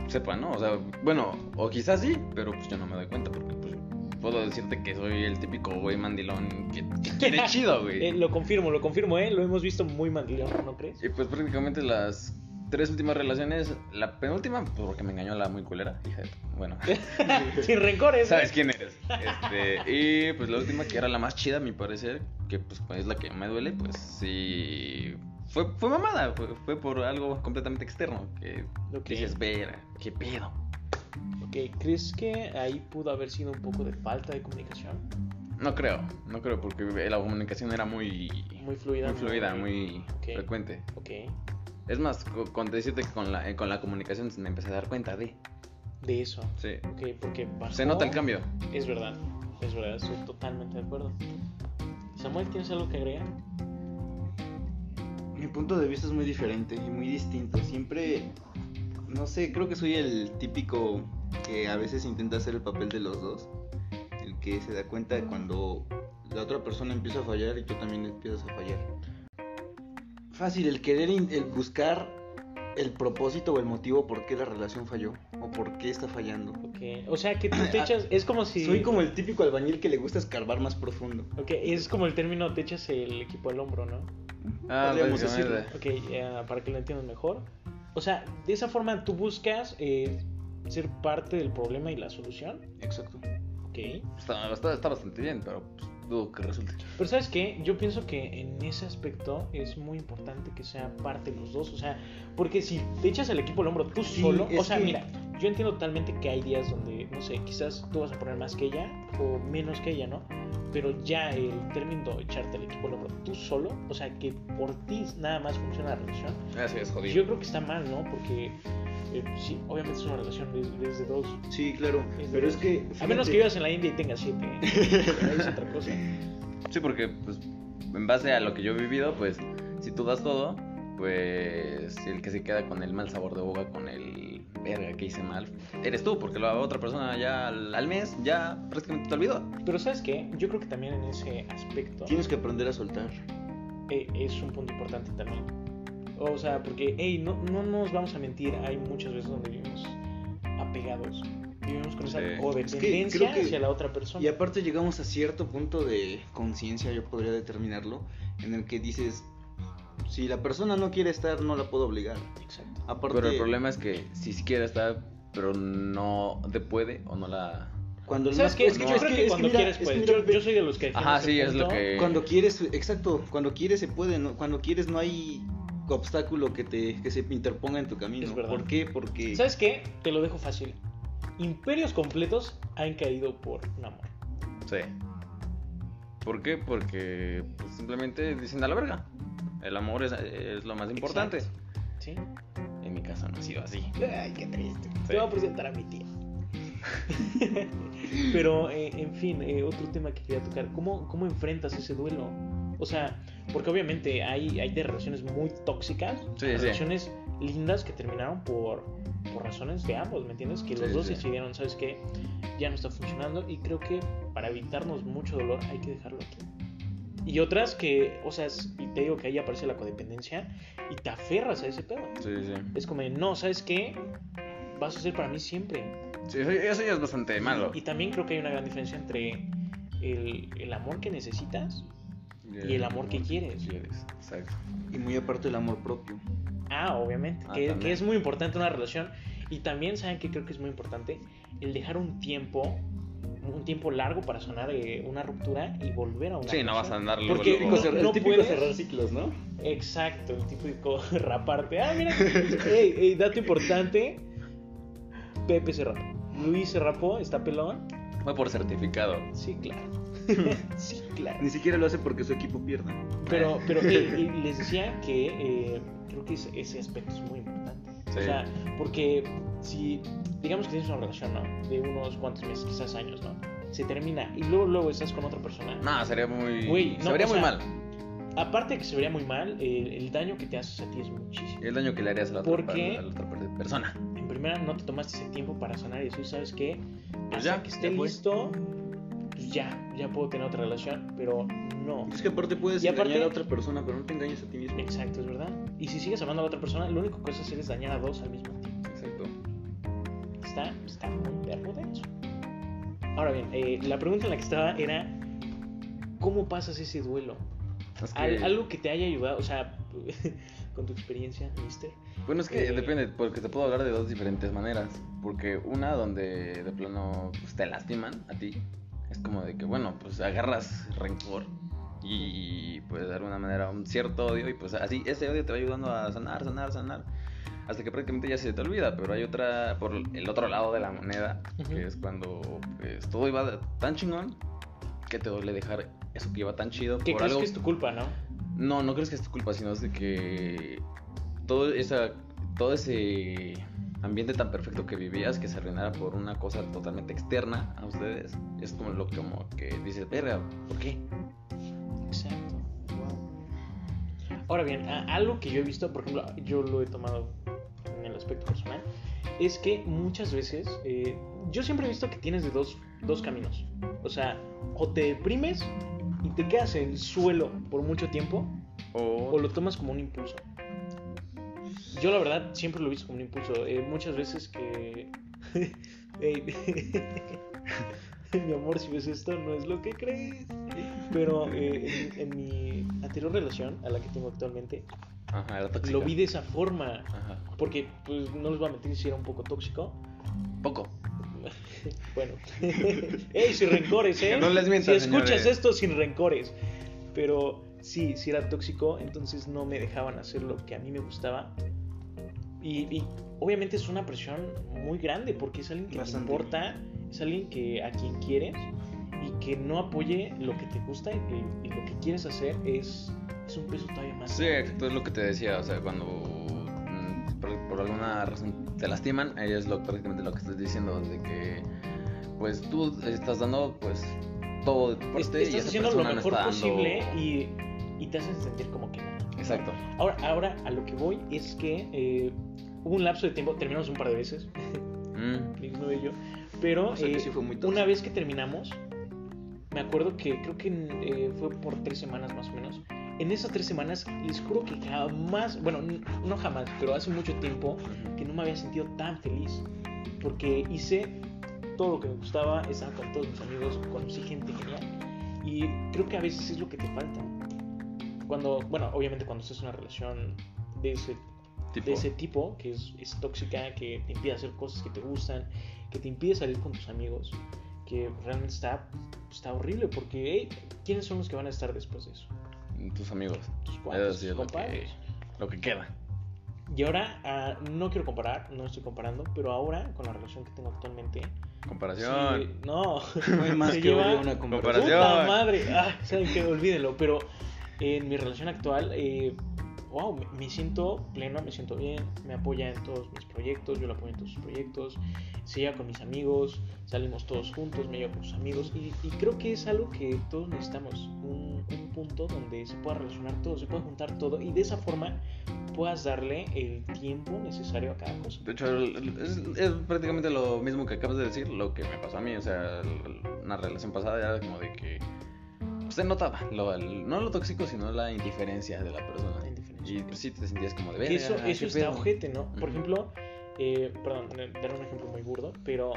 [SPEAKER 2] sepa, ¿no? O sea, bueno, o quizás sí, pero pues yo no me doy cuenta porque pues puedo decirte que soy el típico güey mandilón que, que quiere chido, güey.
[SPEAKER 1] Eh, lo confirmo, lo confirmo, ¿eh? Lo hemos visto muy mandilón, ¿no crees?
[SPEAKER 2] Y pues prácticamente las tres últimas relaciones, la penúltima, pues, porque me engañó la muy culera, hija de tu- Bueno,
[SPEAKER 1] Sin rencores. ¿eh?
[SPEAKER 2] sabes quién eres. Este, y pues la última, que era la más chida, a mi parecer, que pues es la que me duele, pues sí. Fue, fue mamada, fue, fue por algo completamente externo. Que
[SPEAKER 1] Ok,
[SPEAKER 2] dices, vera, qué pedo.
[SPEAKER 1] ok, ¿Crees que ahí pudo haber sido un poco de falta de comunicación?
[SPEAKER 2] No creo, no creo, porque la comunicación era muy.
[SPEAKER 1] Muy fluida,
[SPEAKER 2] Muy fluida,
[SPEAKER 1] muy-
[SPEAKER 2] muy
[SPEAKER 1] Ok.
[SPEAKER 2] frecuente.
[SPEAKER 1] Ok.
[SPEAKER 2] Es más, co- con decirte que con la, eh, con la comunicación me empecé a dar cuenta de.
[SPEAKER 1] De eso.
[SPEAKER 2] Sí.
[SPEAKER 1] Ok, porque bajó-
[SPEAKER 2] Se nota el cambio.
[SPEAKER 1] Es verdad, es verdad, estoy totalmente de acuerdo. Samuel, ¿tienes algo que agregar?
[SPEAKER 3] Mi punto de vista es muy diferente y muy distinto. Siempre, no sé, creo que soy el típico que a veces intenta hacer el papel de los dos. El que se da cuenta de cuando la otra persona empieza a fallar y tú también empiezas a fallar. Fácil, el querer, in- el buscar el propósito o el motivo por qué la relación falló o por qué está fallando.
[SPEAKER 1] Ok, O sea, que tú
[SPEAKER 2] Ah,
[SPEAKER 1] te echas, es como si...
[SPEAKER 3] Soy como el típico albañil que le gusta escarbar más profundo.
[SPEAKER 1] Ok, es como el término te echas el equipo al hombro, ¿no?
[SPEAKER 2] Ah,
[SPEAKER 3] Podríamos
[SPEAKER 2] básicamente.
[SPEAKER 3] decirlo.
[SPEAKER 1] Ok, eh, para que lo entiendan mejor. O sea, de esa forma tú buscas eh, ser parte del problema y la solución.
[SPEAKER 3] Exacto.
[SPEAKER 1] Ok.
[SPEAKER 2] Está, está- está bastante bien, pero pues, dudo que resulte.
[SPEAKER 1] Pero sabes qué, yo pienso que en ese aspecto es muy importante que sea parte los dos, o sea, porque si te echas el equipo al hombro tú
[SPEAKER 3] Sí,
[SPEAKER 1] solo, o
[SPEAKER 3] es
[SPEAKER 1] sea,
[SPEAKER 3] que-
[SPEAKER 1] mira, yo entiendo totalmente que hay días donde, no sé, quizás tú vas a poner más que ella o menos que ella, ¿no? pero ya el término de echarte al equipo al hombro tú solo, o sea, que por ti nada más funciona la relación,
[SPEAKER 2] Así es, jodido.
[SPEAKER 1] yo creo que está mal, ¿no? Porque eh, sí, obviamente es una relación desde, dos.
[SPEAKER 3] Sí, claro.
[SPEAKER 1] es de
[SPEAKER 3] Pero
[SPEAKER 1] dos.
[SPEAKER 3] es que.
[SPEAKER 1] A menos
[SPEAKER 3] fíjate,
[SPEAKER 1] que vivas en la India y tengas siete, ¿eh? Ahí es otra cosa.
[SPEAKER 2] Sí, porque pues en base a lo que yo he vivido, pues si tú das todo, pues el que se queda con el mal sabor de boca, con el verga que hice mal, eres tú, porque la otra persona ya al, al mes ya prácticamente te olvidó.
[SPEAKER 1] Pero ¿sabes qué? Yo creo que también en ese aspecto
[SPEAKER 3] Tienes que aprender a soltar.
[SPEAKER 1] eh, es un punto importante también. O sea, porque, hey, no, no nos vamos a mentir, hay muchas veces donde vivimos apegados. Vivimos con esa
[SPEAKER 2] Sí.
[SPEAKER 1] codependencia
[SPEAKER 3] Es que creo que-
[SPEAKER 1] hacia la otra persona.
[SPEAKER 3] Y aparte llegamos a cierto punto de conciencia, yo podría determinarlo, en el que dices, si la persona no quiere estar, no la puedo obligar.
[SPEAKER 1] Exacto.
[SPEAKER 3] Aparte,
[SPEAKER 2] Pero el problema es que si siquiera está, pero no te puede o no la...
[SPEAKER 3] cuando el
[SPEAKER 1] ¿Sabes
[SPEAKER 3] más-
[SPEAKER 1] qué? Es que
[SPEAKER 3] no,
[SPEAKER 1] yo creo que,
[SPEAKER 3] es
[SPEAKER 1] cuando
[SPEAKER 3] mira,
[SPEAKER 1] quieres,
[SPEAKER 3] es que
[SPEAKER 1] pues.
[SPEAKER 3] mira,
[SPEAKER 1] yo, yo soy de los que. defiende
[SPEAKER 2] Ajá,
[SPEAKER 1] ese
[SPEAKER 2] sí, es lo
[SPEAKER 1] punto.
[SPEAKER 2] que...
[SPEAKER 3] Cuando quieres, exacto, cuando quieres se puede, ¿no? cuando quieres no hay obstáculo que te que se interponga en tu camino.
[SPEAKER 1] Es verdad.
[SPEAKER 3] ¿Por qué? Porque
[SPEAKER 1] ¿Sabes qué? Te lo dejo fácil. Imperios completos han caído por un amor.
[SPEAKER 2] Sí. ¿Por qué? Porque pues, simplemente dicen a la verga. El amor es, es lo más importante.
[SPEAKER 1] ¿Sí?
[SPEAKER 2] En mi caso no ha sido así.
[SPEAKER 1] Ay, qué triste. Te voy a presentar a mi tía. Pero, eh, en fin, eh, otro tema que quería tocar. ¿Cómo, ¿Cómo enfrentas ese duelo? O sea, porque obviamente hay, hay de relaciones muy tóxicas,
[SPEAKER 2] Sí,
[SPEAKER 1] a
[SPEAKER 2] sí.
[SPEAKER 1] relaciones lindas que terminaron por, por razones de ambos, ¿me entiendes? Que los
[SPEAKER 2] Sí,
[SPEAKER 1] dos
[SPEAKER 2] sí.
[SPEAKER 1] decidieron, ¿sabes qué? Ya no está funcionando y creo que para evitarnos mucho dolor hay que dejarlo aquí. Y otras que, o sea, es- y te digo que ahí aparece la codependencia y te aferras a ese pedo.
[SPEAKER 2] Sí, sí.
[SPEAKER 1] Es como, de, no, ¿sabes qué? Vas a ser para mí siempre.
[SPEAKER 2] Sí, eso, eso ya es bastante malo.
[SPEAKER 1] Y también creo que hay una gran diferencia entre el, el amor que necesitas. y el amor que quieres.
[SPEAKER 2] Exacto.
[SPEAKER 3] y muy aparte el amor propio.
[SPEAKER 1] Ah, obviamente,
[SPEAKER 2] Ah,
[SPEAKER 1] que, que
[SPEAKER 2] también.
[SPEAKER 1] es muy importante una relación. Y también, ¿saben que creo que es muy importante? El dejar un tiempo, un tiempo largo para sanar eh, una ruptura y volver a una
[SPEAKER 2] Sí, no vas a
[SPEAKER 1] relación.
[SPEAKER 2] andar luego,
[SPEAKER 1] Porque
[SPEAKER 2] luego.
[SPEAKER 1] no- no puedes-
[SPEAKER 3] ciclos, ¿no?
[SPEAKER 1] Exacto, el típico raparte. Ah, mira, ey, ey, dato importante. Pepe se rapó. Luis se rapó, está pelón.
[SPEAKER 2] Fue por certificado.
[SPEAKER 1] Sí, claro. sí, claro.
[SPEAKER 3] Ni siquiera lo hace porque su equipo pierda.
[SPEAKER 1] Pero, pero eh, eh, les decía que eh, creo que ese, ese aspecto es muy importante.
[SPEAKER 2] Sí.
[SPEAKER 1] O sea, porque si, digamos que tienes una relación, ¿no? De unos cuantos meses, quizás años, ¿no? Se termina y luego, luego estás con otra persona.
[SPEAKER 2] No, sería muy.
[SPEAKER 1] Güey,
[SPEAKER 2] se
[SPEAKER 1] no,
[SPEAKER 2] vería
[SPEAKER 1] o
[SPEAKER 2] muy
[SPEAKER 1] sea-
[SPEAKER 2] mal.
[SPEAKER 1] Aparte de que se vería muy mal, eh, el daño que te haces a ti es muchísimo.
[SPEAKER 2] El daño que le harías a la, otra,
[SPEAKER 1] ¿Por qué?
[SPEAKER 2] a la otra per- persona.
[SPEAKER 1] En primera, no te tomaste ese tiempo para sanar y eso, ¿sabes qué?
[SPEAKER 2] Pues
[SPEAKER 1] Hasta
[SPEAKER 2] ya,
[SPEAKER 1] que esté
[SPEAKER 2] ya fue.
[SPEAKER 1] listo, pues ya, ya puedo tener otra relación, pero no.
[SPEAKER 3] Es que aparte puedes
[SPEAKER 1] Y aparte-
[SPEAKER 3] engañar a otra persona, pero no te engañes a ti mismo.
[SPEAKER 1] Exacto, es verdad. Y si sigues amando a la otra persona, lo único que vas a hacer es dañar a dos al mismo tiempo.
[SPEAKER 2] Exacto.
[SPEAKER 1] Está, está muy perro de eso. Ahora bien, eh, la pregunta en la que estaba era, ¿cómo pasas ese duelo?
[SPEAKER 2] Es que-
[SPEAKER 1] Al- algo que te haya ayudado, o sea, con tu experiencia, mister.
[SPEAKER 2] Bueno, es que
[SPEAKER 1] Eh,
[SPEAKER 2] depende, porque te puedo hablar de dos diferentes maneras. Porque una donde de plano pues, te lastiman a ti, es como de que, bueno, pues agarras rencor y pues de alguna manera un cierto odio y pues así ese odio te va ayudando a sanar, sanar, sanar. Hasta que prácticamente ya se te olvida, pero hay otra, por el otro lado de la moneda,
[SPEAKER 1] Ujú.
[SPEAKER 2] que es cuando pues, todo iba tan chingón que te duele dejar eso que iba tan chido
[SPEAKER 1] Que
[SPEAKER 2] por
[SPEAKER 1] crees
[SPEAKER 2] algo
[SPEAKER 1] que es tu culpa, ¿no?
[SPEAKER 2] no, no crees que es tu culpa, sino es de que todo, esa, todo ese ambiente tan perfecto que vivías que se arruinara por una cosa totalmente externa a ustedes, es como lo como que dices, verga, ¿por qué?
[SPEAKER 1] Exacto. Ahora bien, a- algo que yo he visto, por ejemplo, yo lo he tomado en el aspecto personal, es que muchas veces, eh, yo siempre he visto que tienes de dos, dos caminos. O sea, o te deprimes y te quedas en el suelo por mucho tiempo,
[SPEAKER 2] O,
[SPEAKER 1] o lo tomas como un impulso. Yo la verdad siempre lo he visto como un impulso. Eh, muchas veces que... Ey, mi amor, si ves esto, no es lo que crees. Pero eh, en, en mi anterior relación, a la que tengo actualmente,
[SPEAKER 2] ajá, era tóxica.
[SPEAKER 1] lo vi de esa forma.
[SPEAKER 2] Ajá.
[SPEAKER 1] Porque, pues, no les voy a mentir si era un poco tóxico.
[SPEAKER 2] Poco.
[SPEAKER 1] Bueno. ¡Ey, sin rencores, eh!
[SPEAKER 2] No les
[SPEAKER 1] Si
[SPEAKER 2] mientas,
[SPEAKER 1] escuchas
[SPEAKER 2] señores.
[SPEAKER 1] esto, sin rencores. Pero sí, sí era tóxico, entonces no me dejaban hacer lo que a mí me gustaba. Y, y obviamente es una presión muy grande porque es alguien que te
[SPEAKER 3] Bastante.
[SPEAKER 1] importa, es alguien que a quien quieres. Y que no apoye lo que te gusta y, que- y lo que quieres hacer es, es un peso todavía más.
[SPEAKER 2] Sí,
[SPEAKER 1] grande.
[SPEAKER 2] exacto, es lo que te decía, o sea, cuando mm, por, por alguna razón te lastiman, ahí es lo, prácticamente lo que estás diciendo, de que pues tú estás dando pues todo de tu
[SPEAKER 1] Es-
[SPEAKER 2] parte y
[SPEAKER 1] Estás
[SPEAKER 2] esa
[SPEAKER 1] haciendo lo
[SPEAKER 2] persona no
[SPEAKER 1] mejor
[SPEAKER 2] está dando-
[SPEAKER 1] posible y, y te hacen sentir como que no.
[SPEAKER 2] Exacto.
[SPEAKER 1] Ahora, ahora a lo que voy es que eh, hubo un lapso de tiempo, terminamos un par de veces,
[SPEAKER 2] Mm,
[SPEAKER 1] mi exnovio y yo, pero
[SPEAKER 3] O sea, que
[SPEAKER 1] eh,
[SPEAKER 3] sí fue muy
[SPEAKER 1] una
[SPEAKER 3] tóxico.
[SPEAKER 1] vez que terminamos, me acuerdo que creo que eh, fue por tres semanas más o menos. En esas tres semanas, les juro que jamás, bueno, n- no jamás, pero hace mucho tiempo que no me había sentido tan feliz. Porque hice todo lo que me gustaba, estaba con todos mis amigos, conocí gente genial. Y creo que a veces es lo que te falta. Cuando, bueno, obviamente cuando estás en una relación de ese
[SPEAKER 2] tipo,
[SPEAKER 1] de ese tipo, que es, es tóxica, que te impide hacer cosas que te gustan, que te impide salir con tus amigos, que realmente está, está horrible, porque hey, ¿quiénes son los que van a estar después de eso?
[SPEAKER 2] tus amigos,
[SPEAKER 1] Tus cuates,
[SPEAKER 2] sí
[SPEAKER 1] tus
[SPEAKER 2] es lo
[SPEAKER 1] compadres.
[SPEAKER 2] lo que queda.
[SPEAKER 1] Y ahora, ah, no quiero comparar, no estoy comparando, pero ahora con la relación que tengo actualmente,
[SPEAKER 2] Comparación.
[SPEAKER 1] sí, no,
[SPEAKER 3] No hay más
[SPEAKER 1] Se
[SPEAKER 3] que
[SPEAKER 1] lleva-
[SPEAKER 3] oler una comparación.
[SPEAKER 2] Comparación.
[SPEAKER 1] puta madre, ah, saben que olvídenlo, pero en mi relación actual, eh, wow, me, me siento pleno, me siento bien, me apoya en todos mis proyectos, yo lo apoyo en todos sus proyectos, se lleva con mis amigos, salimos todos juntos, me llevo con sus amigos y, y creo que es algo que todos necesitamos, un, un punto donde se pueda relacionar todo, se pueda juntar todo y de esa forma puedas darle el tiempo necesario a cada cosa.
[SPEAKER 2] De hecho, el- el- es, es prácticamente lo mismo que acabas de decir, lo que me pasó a mí. O sea, el- el- una relación pasada era como de que usted notaba, lo- el- no lo tóxico, sino la indiferencia de la persona.
[SPEAKER 1] La indiferencia.
[SPEAKER 2] Y pues, sí te sentías como de
[SPEAKER 1] Que eso,
[SPEAKER 2] "Verga,
[SPEAKER 1] eso
[SPEAKER 2] qué
[SPEAKER 1] está
[SPEAKER 2] pedo".
[SPEAKER 1] ojete, ¿no? Por
[SPEAKER 2] Ujú.
[SPEAKER 1] ejemplo, eh, perdón, eh, dar un ejemplo muy burdo, pero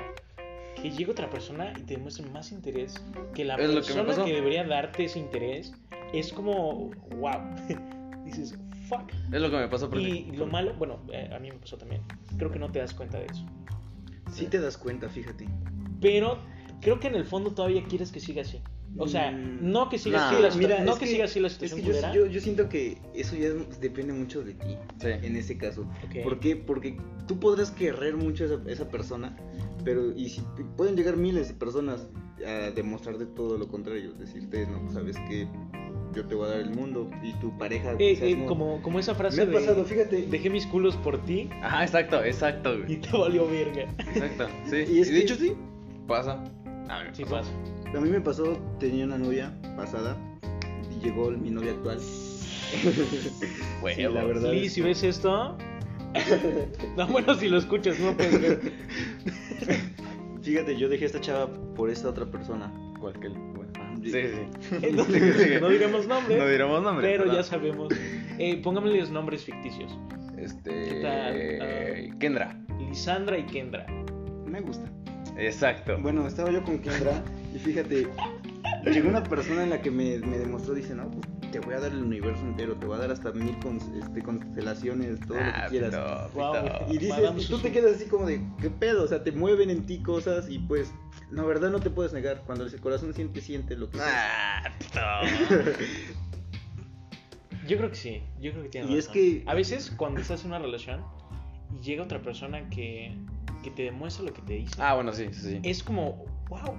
[SPEAKER 1] que llegue otra persona y te demuestre más interés que la
[SPEAKER 2] Es lo que me
[SPEAKER 1] persona que,
[SPEAKER 2] pasó.
[SPEAKER 1] debería darte ese interés, es como, wow, dices, fuck.
[SPEAKER 2] Es lo que me pasó porque.
[SPEAKER 1] Y lo malo, bueno, eh, a mí me pasó también, creo que no te das cuenta de eso.
[SPEAKER 3] Sí te das cuenta, fíjate.
[SPEAKER 1] Pero creo que en el fondo todavía quieres que siga así. O sea,
[SPEAKER 3] Mm,
[SPEAKER 1] no que siga
[SPEAKER 2] nah,
[SPEAKER 1] así la, situa-
[SPEAKER 3] mira,
[SPEAKER 1] no
[SPEAKER 3] es
[SPEAKER 1] que,
[SPEAKER 3] que-
[SPEAKER 1] siga así la
[SPEAKER 3] Es
[SPEAKER 1] situación
[SPEAKER 3] que yo,
[SPEAKER 1] culera.
[SPEAKER 3] yo, yo siento que eso ya es- depende mucho de ti,
[SPEAKER 2] Sí.
[SPEAKER 3] en ese caso.
[SPEAKER 1] Ok.
[SPEAKER 3] ¿Por qué? Porque tú podrás querer mucho a esa, esa persona, pero y si pueden llegar miles de personas a demostrarte todo lo contrario, decirte, no, sabes que yo te voy a dar el mundo y tu pareja...
[SPEAKER 1] Eh,
[SPEAKER 3] seas
[SPEAKER 1] eh,
[SPEAKER 3] muy-
[SPEAKER 1] como, como esa frase
[SPEAKER 3] Me ha
[SPEAKER 1] de,
[SPEAKER 3] pasado, fíjate.
[SPEAKER 1] dejé mis culos por ti
[SPEAKER 2] Ajá, Ah, exacto, exacto,
[SPEAKER 1] y
[SPEAKER 2] güey.
[SPEAKER 1] te valió verga.
[SPEAKER 2] Exacto, sí.
[SPEAKER 3] Y
[SPEAKER 2] Y,
[SPEAKER 3] es
[SPEAKER 2] de
[SPEAKER 3] que-
[SPEAKER 2] hecho, sí. Pasa. Ah, A ver,
[SPEAKER 1] Sí
[SPEAKER 2] pasa.
[SPEAKER 1] pasa.
[SPEAKER 3] A mí me pasó, tenía una novia pasada y llegó mi novia actual.
[SPEAKER 2] Huevos.
[SPEAKER 3] Sí, la verdad.
[SPEAKER 1] Lee,
[SPEAKER 3] es
[SPEAKER 1] si ves esto. No, bueno, si lo escuchas, no pues, eh, puedes ver.
[SPEAKER 3] Fíjate, yo dejé a esta chava por esta otra persona. ah,
[SPEAKER 2] Cualquier. bueno, ajá, Sí,
[SPEAKER 3] Sí.
[SPEAKER 2] sí.
[SPEAKER 1] Eh, No, no diremos nombres,
[SPEAKER 2] No diremos nombre.
[SPEAKER 1] pero ya sabemos. Eh, pónganles nombres ficticios: ¿Qué tal?
[SPEAKER 2] Este. Kendra.
[SPEAKER 1] Lisandra y Kendra.
[SPEAKER 3] Me gusta.
[SPEAKER 2] Exacto.
[SPEAKER 3] Bueno, estaba yo con Kendra y fíjate, llegó una persona en la que me, me demostró, dice, no, pues, te voy a dar el universo entero, te voy a dar hasta mil cons- este, constelaciones, todo lo
[SPEAKER 2] Ah,
[SPEAKER 3] que quieras.
[SPEAKER 2] pito,
[SPEAKER 1] Wow.
[SPEAKER 2] pito.
[SPEAKER 3] Y dices,
[SPEAKER 1] Madame
[SPEAKER 3] y tú
[SPEAKER 1] Susu.
[SPEAKER 3] te quedas así como de, ¿qué pedo? O sea, te mueven en ti cosas y pues, la verdad no te puedes negar. Cuando el corazón siente, siente lo que
[SPEAKER 2] Ah,
[SPEAKER 1] Yo creo que sí, yo creo que tienes
[SPEAKER 3] Y es
[SPEAKER 1] razón.
[SPEAKER 3] que-
[SPEAKER 1] A veces, cuando estás en una relación y llega otra persona que, que te demuestra lo que te dice,
[SPEAKER 2] Ah, bueno, sí, sí, sí.
[SPEAKER 1] es como, wow.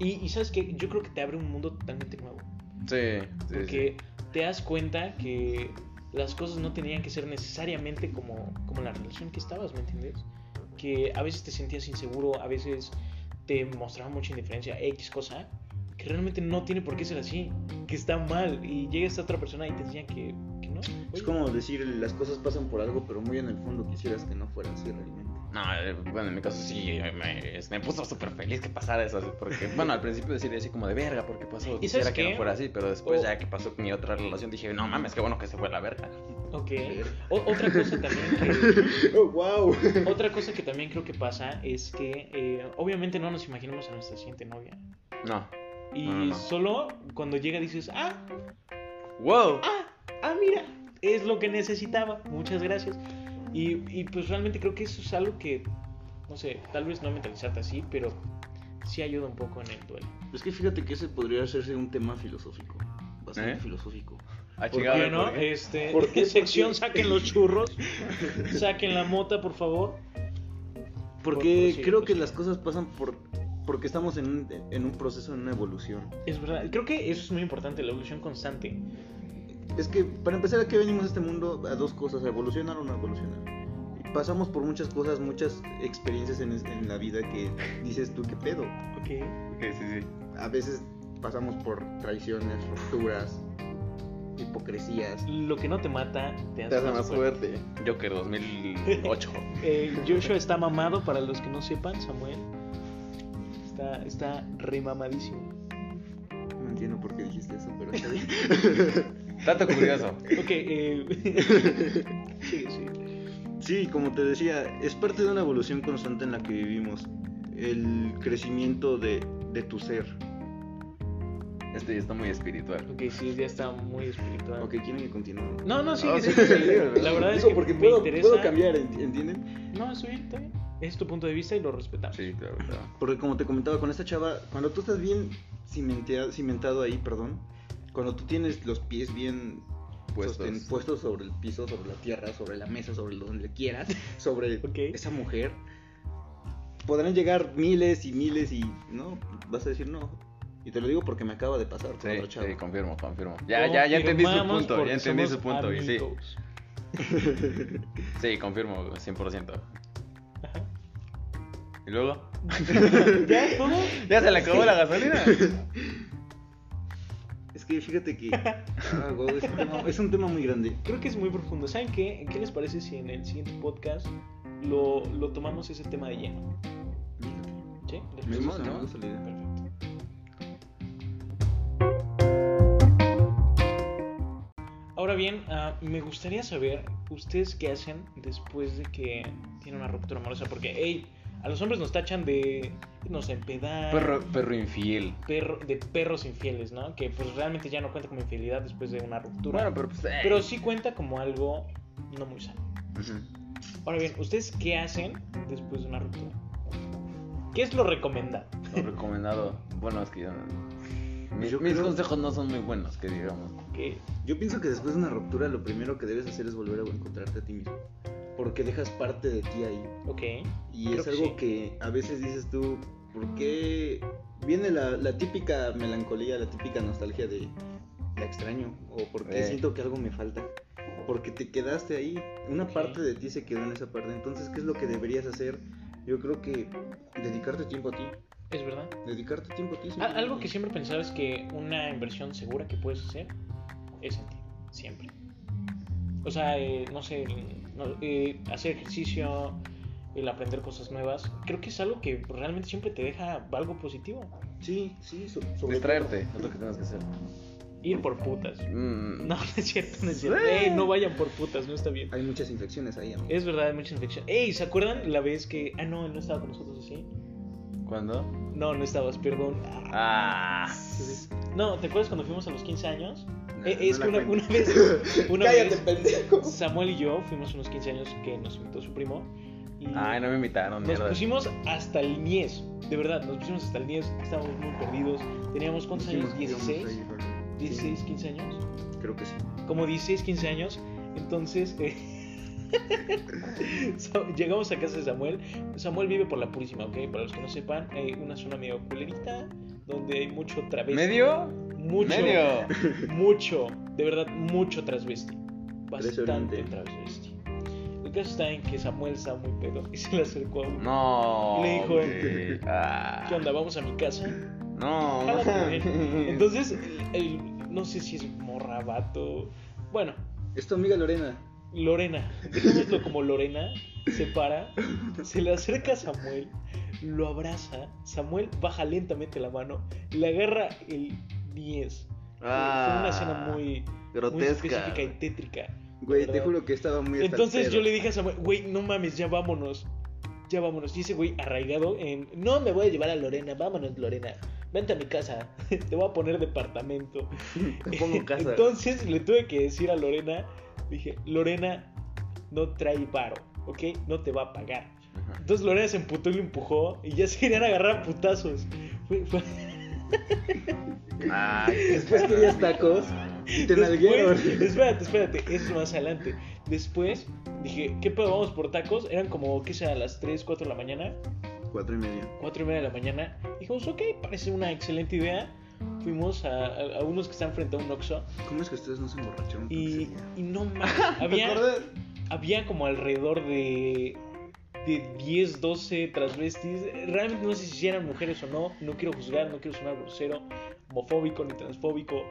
[SPEAKER 1] Y, y sabes que yo creo que te abre un mundo totalmente nuevo.
[SPEAKER 2] Sí, sí,
[SPEAKER 1] Porque te das cuenta que las cosas no tenían que ser necesariamente como, como la relación que estabas, ¿me entiendes? Que a veces te sentías inseguro, a veces te mostraba mucha indiferencia, X cosa, que realmente no tiene por qué ser así, que está mal. Y llega esta otra persona y te enseña que, que no.
[SPEAKER 3] Es
[SPEAKER 1] oye.
[SPEAKER 3] como decir, las cosas pasan por algo, pero muy en el fondo quisieras que no fuera así realmente.
[SPEAKER 2] sí. No, eh, bueno, en mi caso sí, eh, me, me puso súper feliz que pasara eso. así, Porque, bueno, al principio decía así como de verga, porque pasó?
[SPEAKER 1] ¿Y
[SPEAKER 2] Quisiera
[SPEAKER 1] sabes
[SPEAKER 2] que
[SPEAKER 1] qué?
[SPEAKER 2] no fuera así, pero después
[SPEAKER 1] O-
[SPEAKER 2] ya que pasó con mi otra relación dije, no mames, qué bueno que se fue a la verga.
[SPEAKER 1] Ok. O- otra cosa también que...
[SPEAKER 3] wow.
[SPEAKER 1] Otra cosa que también creo que pasa es que eh, obviamente no nos imaginamos a nuestra siguiente novia.
[SPEAKER 2] No.
[SPEAKER 1] Y
[SPEAKER 2] No, no, no.
[SPEAKER 1] solo cuando llega dices, ah,
[SPEAKER 2] ¡Wow!
[SPEAKER 1] ah, ah, mira, es lo que necesitaba, muchas gracias. Y, y, pues realmente creo que eso es algo que, no sé, tal vez no mentalizarte así, pero sí ayuda un poco en el duelo.
[SPEAKER 3] Es que fíjate que ese podría hacerse un tema filosófico. Bastante
[SPEAKER 2] ¿Eh?
[SPEAKER 3] filosófico.
[SPEAKER 2] A
[SPEAKER 1] ¿Por
[SPEAKER 2] chingar,
[SPEAKER 1] qué no?
[SPEAKER 2] ¿por qué?
[SPEAKER 1] Este,
[SPEAKER 3] ¿Por qué?
[SPEAKER 1] sección,
[SPEAKER 3] ¿Por qué?
[SPEAKER 1] saquen los churros, saquen la mota, por favor.
[SPEAKER 3] Porque
[SPEAKER 1] Por- prosigue,
[SPEAKER 3] creo que
[SPEAKER 1] prosigue.
[SPEAKER 3] las cosas pasan por porque estamos en un, en un proceso, en una evolución.
[SPEAKER 1] Es verdad, creo que eso es muy importante, la evolución constante.
[SPEAKER 3] Es que, para empezar, ¿a qué venimos a este mundo? A dos cosas, a evolucionar o no evolucionar. Y pasamos por muchas cosas, muchas experiencias en, es- en la vida que dices tú, ¿qué pedo?
[SPEAKER 1] Ok.
[SPEAKER 2] Ok, sí, sí.
[SPEAKER 3] A veces pasamos por traiciones, rupturas, hipocresías.
[SPEAKER 1] Lo que no te mata te hace,
[SPEAKER 3] Te hace más fuerte.
[SPEAKER 2] Joker 2008.
[SPEAKER 1] Eh, Joshua está mamado, para los que no sepan, Samuel. Está, está remamadísimo.
[SPEAKER 3] No entiendo por qué dijiste eso, pero está bien.
[SPEAKER 2] Dato curioso.
[SPEAKER 1] Ok, eh... sí, sí.
[SPEAKER 3] Sí, como te decía, es parte de una evolución constante en la que vivimos. El crecimiento de, de tu ser.
[SPEAKER 2] Este ya está muy espiritual.
[SPEAKER 1] Ok, sí, ya está muy espiritual.
[SPEAKER 3] Ok, quieren que continúe.
[SPEAKER 1] No, no, sí,
[SPEAKER 2] Ah,
[SPEAKER 1] sí,
[SPEAKER 2] sí,
[SPEAKER 1] sí,
[SPEAKER 2] sí,
[SPEAKER 1] sí. La verdad es
[SPEAKER 3] Digo,
[SPEAKER 1] que
[SPEAKER 3] porque
[SPEAKER 1] me
[SPEAKER 3] puedo,
[SPEAKER 1] interesa.
[SPEAKER 3] puedo cambiar, ¿ent- ¿entienden?
[SPEAKER 1] No, está bien, está bien. Es tu punto de vista y lo respetamos.
[SPEAKER 2] Sí, claro, claro.
[SPEAKER 3] Porque como te comentaba con esta chava, cuando tú estás bien cimentea- cimentado ahí, perdón, cuando tú tienes los pies bien
[SPEAKER 2] Puestos.
[SPEAKER 3] sosten- puestos sobre el piso, sobre la tierra, sobre la mesa, sobre donde quieras, sobre
[SPEAKER 1] Ok.
[SPEAKER 3] esa mujer, podrán llegar miles y miles y no, vas a decir no. Y te lo digo porque me acaba de pasar con
[SPEAKER 2] Sí,
[SPEAKER 3] otra chava.
[SPEAKER 2] sí, confirmo, confirmo. Ya, ya, ya entendí su
[SPEAKER 1] Confirmamos
[SPEAKER 2] punto,
[SPEAKER 1] porque
[SPEAKER 2] ya entendí su
[SPEAKER 1] somos
[SPEAKER 2] punto. Y sí,
[SPEAKER 1] amigos.
[SPEAKER 2] sí, confirmo 100%. ¿Y luego?
[SPEAKER 1] ¿Ya estuvo?
[SPEAKER 2] ¿Ya se le acabó la gasolina?
[SPEAKER 3] Es que fíjate que ah, güey, es, un tema, es un tema muy grande.
[SPEAKER 1] Creo que es muy profundo. ¿Saben qué? ¿Qué les parece si en el siguiente podcast lo, lo tomamos ese tema de lleno? ¿Sí? ¿Les
[SPEAKER 3] Me
[SPEAKER 1] parece?
[SPEAKER 3] gusta,
[SPEAKER 2] ¿no?
[SPEAKER 3] me gusta la idea.
[SPEAKER 1] Perfecto. Ahora bien, ah, me gustaría saber ustedes qué hacen después de que tienen una ruptura amorosa, porque hey, a los hombres nos tachan de nos empedar,
[SPEAKER 2] Perro, perro infiel.
[SPEAKER 1] perro- de perros infieles, ¿no? Que pues realmente ya no cuenta como infidelidad después de una ruptura,
[SPEAKER 2] Bueno, pero pues. eh.
[SPEAKER 1] pero sí cuenta como algo no muy sano.
[SPEAKER 2] Ujú.
[SPEAKER 1] Ahora bien, ustedes qué hacen después de una ruptura? ¿Qué es lo recomendado?
[SPEAKER 2] Lo recomendado. Bueno, es que yo. no- Mis,
[SPEAKER 3] Yo
[SPEAKER 2] mis
[SPEAKER 3] creo-
[SPEAKER 2] consejos no son muy buenos, que digamos.
[SPEAKER 1] Que
[SPEAKER 3] Yo pienso que después de una ruptura lo primero que debes hacer es volver a encontrarte a ti mismo. Porque dejas parte de ti ahí.
[SPEAKER 1] Ok.
[SPEAKER 3] Y
[SPEAKER 1] Creo
[SPEAKER 3] es
[SPEAKER 1] que
[SPEAKER 3] algo
[SPEAKER 1] sí.
[SPEAKER 3] que a veces dices tú, ¿por qué viene la, la típica melancolía, la típica nostalgia de la extraño? ¿O por qué
[SPEAKER 2] Eh.
[SPEAKER 3] siento que algo me falta? Porque te quedaste ahí, una
[SPEAKER 1] Ok.
[SPEAKER 3] parte de ti se quedó en esa parte. Entonces, ¿qué es lo que deberías hacer? Yo creo que dedicarte tiempo a ti.
[SPEAKER 1] Es verdad.
[SPEAKER 3] Dedicarte tiempo a ti.
[SPEAKER 1] Al- Ah, Algo que
[SPEAKER 3] simplemente.
[SPEAKER 1] siempre pensaba es que una inversión segura que puedes hacer es en ti, siempre. O sea, eh, no sé, no- eh, hacer ejercicio, el aprender cosas nuevas, creo que es algo que realmente siempre te deja algo positivo.
[SPEAKER 3] Sí, sí, so- sobre
[SPEAKER 2] Distraerte, es lo que tienes que hacer.
[SPEAKER 1] Ir por putas.
[SPEAKER 2] Mm,
[SPEAKER 1] No, no es cierto, no es cierto. Ey, no vayan por putas, no está bien.
[SPEAKER 3] todo. Hay muchas infecciones ahí, amigo.
[SPEAKER 1] Es verdad, hay mucha infección. Ey, ¿se acuerdan la vez que... Ah, no, él no estaba con nosotros así.
[SPEAKER 2] ¿Cuándo?
[SPEAKER 1] No, no estabas, perdón.
[SPEAKER 2] Ah.
[SPEAKER 1] No, ¿te acuerdas cuando fuimos a los 15 años?
[SPEAKER 3] No,
[SPEAKER 1] Eh, es
[SPEAKER 3] no
[SPEAKER 1] que
[SPEAKER 3] la
[SPEAKER 1] una,
[SPEAKER 3] cuento.
[SPEAKER 1] una vez... Una
[SPEAKER 3] Cállate,
[SPEAKER 1] vez-
[SPEAKER 3] pendejo.
[SPEAKER 1] Samuel y yo fuimos unos 15 años que nos invitó su primo. Y
[SPEAKER 2] Ay, no me invitaron,
[SPEAKER 1] nos
[SPEAKER 2] mierda.
[SPEAKER 1] pusimos hasta el 10. De verdad, nos pusimos hasta el 10. Estábamos muy perdidos. Teníamos cuántos años?
[SPEAKER 3] Dijimos que íbamos
[SPEAKER 1] 16.
[SPEAKER 3] a ir,
[SPEAKER 1] 16, 15 años.
[SPEAKER 3] ¿verdad? Creo que sí.
[SPEAKER 1] Como 16, 15 años. Entonces, eh, so- llegamos a casa de Samuel. Samuel vive por la Purísima, ¿ok? Para los que no sepan, hay una zona medio culerita donde hay mucho travesti.
[SPEAKER 2] ¿Medio?
[SPEAKER 1] Mucho.
[SPEAKER 2] ¿Medio?
[SPEAKER 1] mucho, de verdad, mucho transvesti. Bastante
[SPEAKER 3] Impresionante.
[SPEAKER 1] transvesti. El caso está en que Samuel estaba muy pedo y se le acercó a uno.
[SPEAKER 2] No.
[SPEAKER 1] Le dijo, este,
[SPEAKER 2] güey. Ah.
[SPEAKER 1] ¿Qué onda? Vamos a mi casa.
[SPEAKER 2] No.
[SPEAKER 1] Jálate, güey. Entonces, el- el- no sé si es morrabato. Bueno,
[SPEAKER 3] Es tu amiga Lorena.
[SPEAKER 1] Lorena, dejémoslo como Lorena, se para, se le acerca a Samuel, lo abraza. Samuel baja lentamente la mano, le agarra el 10. Fue una escena muy, muy
[SPEAKER 2] Ah, grotesca.
[SPEAKER 1] específica y tétrica.
[SPEAKER 3] Güey,
[SPEAKER 1] ¿verdad?
[SPEAKER 3] te juro que estaba muy hasta el
[SPEAKER 1] Entonces
[SPEAKER 3] pedo.
[SPEAKER 1] yo le dije a Samuel, güey, no mames, ya vámonos. Ya vámonos. Y ese güey arraigado en, no me voy a llevar a Lorena, vámonos Lorena. Vente a mi casa, te voy a poner departamento.
[SPEAKER 3] Te pongo en casa.
[SPEAKER 1] Entonces le tuve que decir a Lorena, dije, Lorena no trae varo, ¿ok? No te va a pagar.
[SPEAKER 2] Ajá.
[SPEAKER 1] Entonces Lorena se emputó y lo empujó y ya se querían agarrar a putazos. Fue- fue-
[SPEAKER 2] Ay,
[SPEAKER 3] Después querías tacos y te nalguearon.
[SPEAKER 1] Después- espérate, espérate, es más adelante. Después dije, ¿qué pedo? Vamos por tacos. Eran como, ¿qué sea? Las 3, 4 de la mañana.
[SPEAKER 3] Cuatro y media.
[SPEAKER 1] 4 y media de la mañana. Dijimos, ok, parece una excelente idea. Fuimos a, a- a unos que están frente a un Oxxo
[SPEAKER 3] ¿Cómo es que ustedes no se emborracharon?
[SPEAKER 1] y,
[SPEAKER 3] tanto ese día?
[SPEAKER 1] y no más.
[SPEAKER 2] ¿Te
[SPEAKER 1] Había,
[SPEAKER 2] acuerdas?
[SPEAKER 1] había como alrededor de, de 10, 12 transvestis. Realmente no sé si eran mujeres o no. No quiero juzgar, no quiero sonar grosero, homofóbico, ni transfóbico,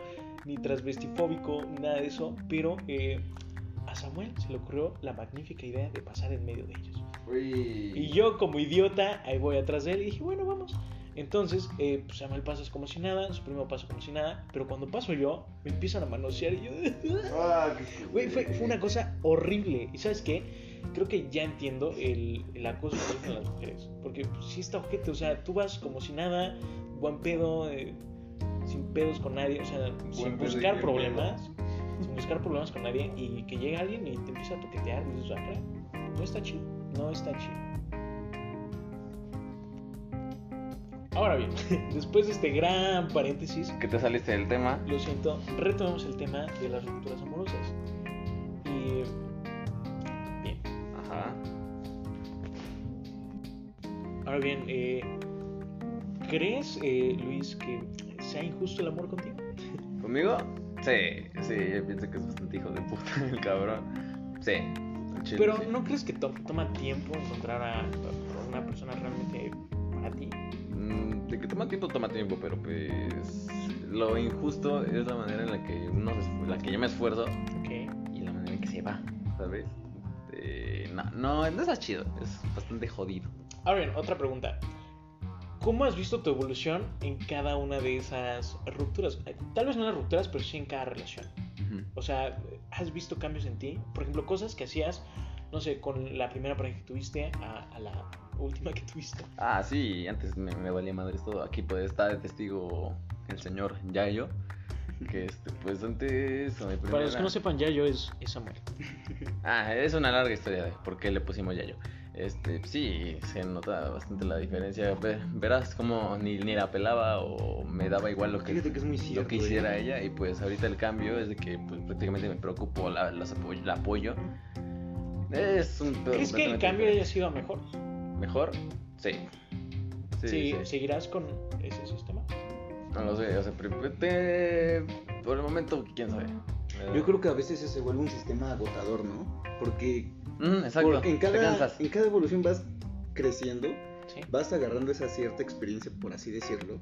[SPEAKER 1] ni transvestifóbico, ni nada de eso. Pero eh, a Samuel se le ocurrió la magnífica idea de pasar en medio de ellos. Y yo como idiota, ahí voy atrás de él y dije, bueno, vamos. Entonces, eh, pues Samuel pasa como si nada, su primo pasa como si nada, pero cuando paso yo, me empiezan a manosear y yo...
[SPEAKER 3] Ah, qué-
[SPEAKER 1] Güey, fue, fue una cosa horrible. ¿Y sabes qué? Creo que ya entiendo el, el acoso que sufren las mujeres. Porque pues, sí está ojete, o sea, tú vas como si nada, buen pedo, eh, sin pedos con nadie, o sea, sin
[SPEAKER 2] pedo y
[SPEAKER 1] buscar
[SPEAKER 2] buen
[SPEAKER 1] problemas, sin buscar problemas con nadie, y que llega alguien y te empieza a toquetear, y dices, "Ah, caray, no está chido, no está chido. Ahora bien, después de este gran paréntesis,
[SPEAKER 2] Que te saliste del tema.
[SPEAKER 1] lo siento, retomemos el tema de las rupturas amorosas. Y. Bien.
[SPEAKER 2] Ajá.
[SPEAKER 1] Ahora bien, eh, ¿crees, eh, Luis, que sea injusto el amor contigo?
[SPEAKER 2] ¿Conmigo? Sí, sí, yo pienso que es bastante hijo de puta el cabrón. Sí. al chile,
[SPEAKER 1] Pero
[SPEAKER 2] sí.
[SPEAKER 1] ¿no crees que to- toma tiempo encontrar a, a una persona realmente para ti?
[SPEAKER 2] Mm, De que toma tiempo, toma tiempo, pero pues. Lo injusto es la manera en la que uno se esfu- la que yo me esfuerzo
[SPEAKER 1] Ok.
[SPEAKER 2] y la manera en que se va, ¿sabes? Eh, no, no, no es chido, es bastante jodido.
[SPEAKER 1] Ahora bien, otra pregunta. ¿Cómo has visto tu evolución en cada una de esas rupturas? Eh, Tal vez no en las rupturas, pero sí en cada relación. O sea, ¿has visto cambios en ti? Por ejemplo, cosas que hacías, no sé, con la primera pareja que tuviste a, a la última que tuviste.
[SPEAKER 2] Ah, sí, antes me, me valía madres todo. Aquí pues está de testigo el señor Yayo. Que este, pues antes. a mi
[SPEAKER 1] Para los que
[SPEAKER 2] primera-
[SPEAKER 1] no sepan, ya yo es, es Samuel.
[SPEAKER 2] Ah, es una larga historia de por qué le pusimos Yayo. Este, sí, se nota bastante la diferencia. Ve- Verás como ni, ni la pelaba o me daba igual lo que,
[SPEAKER 3] Fíjate que es muy cierto.
[SPEAKER 2] lo que
[SPEAKER 3] ¿eh?
[SPEAKER 2] hiciera ella. Y pues ahorita el cambio es de que pues, prácticamente me preocupo, la, las apoyo, la apoyo. Es un pedo
[SPEAKER 1] ¿Crees que el
[SPEAKER 2] completamente
[SPEAKER 1] cambio haya
[SPEAKER 2] diferente.
[SPEAKER 1] sido a mejor?
[SPEAKER 2] mejor? Sí. Sí,
[SPEAKER 1] Sí,
[SPEAKER 2] sí.
[SPEAKER 1] ¿Seguirás con ese sistema?
[SPEAKER 2] No lo sé, o sea, pero- te- por el momento, quién sabe.
[SPEAKER 3] Yo creo que a veces eso se vuelve un sistema agotador, ¿no? Porque,
[SPEAKER 2] Mm, exacto,
[SPEAKER 3] porque en,
[SPEAKER 2] te
[SPEAKER 3] cada,
[SPEAKER 2] cansas.
[SPEAKER 3] en cada evolución vas creciendo,
[SPEAKER 1] Sí.
[SPEAKER 3] vas agarrando esa cierta experiencia, por así decirlo,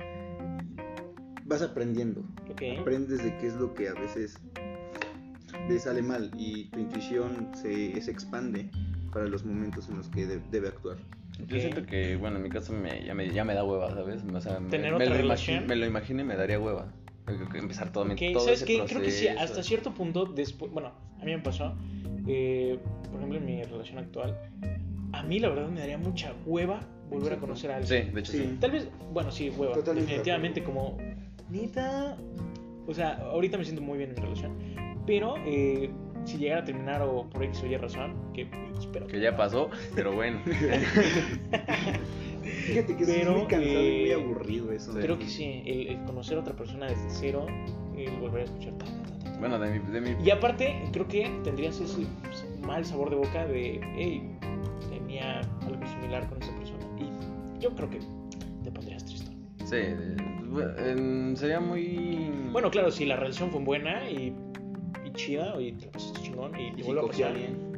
[SPEAKER 3] vas aprendiendo.
[SPEAKER 1] Ok.
[SPEAKER 3] aprendes de qué es lo que a veces le sale mal y tu intuición se, se expande para los momentos en los que de- debe actuar.
[SPEAKER 2] Yo
[SPEAKER 1] Ok.
[SPEAKER 2] siento que, bueno, en mi caso me, ya, me, ya me da hueva, ¿sabes? O sea, me,
[SPEAKER 1] ¿Tener
[SPEAKER 2] me
[SPEAKER 1] otra
[SPEAKER 2] lo imagi-
[SPEAKER 1] relación?
[SPEAKER 2] me lo imagino y me daría hueva. Yo creo que empezar todo, mi-
[SPEAKER 1] Ok,
[SPEAKER 2] todo
[SPEAKER 1] ¿sabes
[SPEAKER 2] ese
[SPEAKER 1] qué? Creo que sí,
[SPEAKER 2] proceso.
[SPEAKER 1] hasta cierto punto, después, bueno, a mí me pasó, eh, por ejemplo, en mi relación actual, a mí la verdad me daría mucha hueva volver a
[SPEAKER 3] Exacto.
[SPEAKER 1] conocer a alguien.
[SPEAKER 2] Sí, de hecho sí.
[SPEAKER 3] Sí.
[SPEAKER 1] Tal vez, bueno, sí, hueva.
[SPEAKER 3] Totalmente
[SPEAKER 1] definitivamente,
[SPEAKER 3] de
[SPEAKER 1] como, neta. O sea, ahorita me siento muy bien en mi relación. Pero eh, si llegara a terminar o por X o Y razón, que espero
[SPEAKER 2] Que ya pasó, pero bueno.
[SPEAKER 3] Fíjate que eso
[SPEAKER 1] Pero,
[SPEAKER 3] es muy cansado y muy
[SPEAKER 1] eh,
[SPEAKER 3] aburrido eso. de-
[SPEAKER 1] Creo que sí, el, el conocer a otra persona desde cero, el volver a escuchar. ta, ta, ta, ta, ta.
[SPEAKER 2] Bueno, de mi, de mi
[SPEAKER 1] Y aparte, creo que tendrías ese mal sabor de boca de, hey, tenía algo similar con esa persona. Y yo creo que te pondrías triste.
[SPEAKER 2] Sí, de- em, sería muy...
[SPEAKER 1] Bueno, claro, si la relación fue buena y, y chida, y te la pasaste chingón, y,
[SPEAKER 3] y
[SPEAKER 1] te
[SPEAKER 3] si
[SPEAKER 1] vuelve a
[SPEAKER 3] cogí a
[SPEAKER 1] pasar.
[SPEAKER 3] alguien.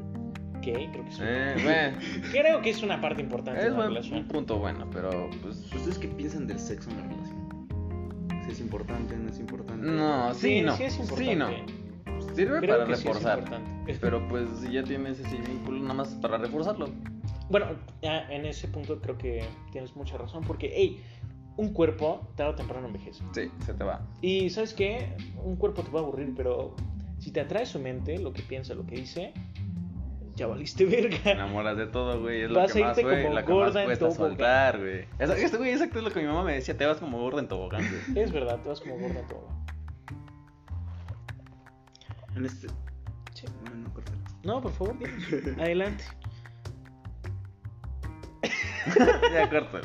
[SPEAKER 1] Ok, creo que es,
[SPEAKER 2] Eh, bueno,
[SPEAKER 1] creo que es una parte importante de
[SPEAKER 2] es
[SPEAKER 1] la
[SPEAKER 2] buen- un
[SPEAKER 1] relación.
[SPEAKER 2] punto bueno, pero pues...
[SPEAKER 3] ¿Ustedes qué piensan del sexo en la relación? Si es importante, no es importante.
[SPEAKER 2] No, sí, no.
[SPEAKER 1] sí es importante.
[SPEAKER 2] Sí, no. Sirve
[SPEAKER 1] Creo
[SPEAKER 2] para
[SPEAKER 1] que sí es
[SPEAKER 2] reforzar.
[SPEAKER 1] importante.
[SPEAKER 2] pero pues si ya tienes ese vínculo, nada más para reforzarlo.
[SPEAKER 1] Bueno, ya en ese punto creo que tienes mucha razón, porque, hey, un cuerpo tarde o temprano envejece.
[SPEAKER 2] Sí, se te va.
[SPEAKER 1] Y sabes qué, un cuerpo te va a aburrir, pero si te atrae su mente, lo que piensa, lo que dice, ya valiste
[SPEAKER 2] Te
[SPEAKER 1] verga.
[SPEAKER 2] enamoras de todo, güey. Es
[SPEAKER 1] Vas
[SPEAKER 2] lo que
[SPEAKER 1] a
[SPEAKER 2] más,
[SPEAKER 1] irte
[SPEAKER 2] güey,
[SPEAKER 1] como
[SPEAKER 2] la que
[SPEAKER 1] gorda
[SPEAKER 2] más
[SPEAKER 1] en
[SPEAKER 2] cuesta
[SPEAKER 1] tobogán.
[SPEAKER 2] soltar, güey. Eso- Esto, güey, exacto es lo que mi mamá me decía. Te vas como gorda en tobogán, güey.
[SPEAKER 1] Es verdad, te vas como gorda en todo.
[SPEAKER 3] En este...
[SPEAKER 1] Sí.
[SPEAKER 3] Bueno, no, córtalo.
[SPEAKER 1] No, por favor, dinos. adelante.
[SPEAKER 2] ya, corto.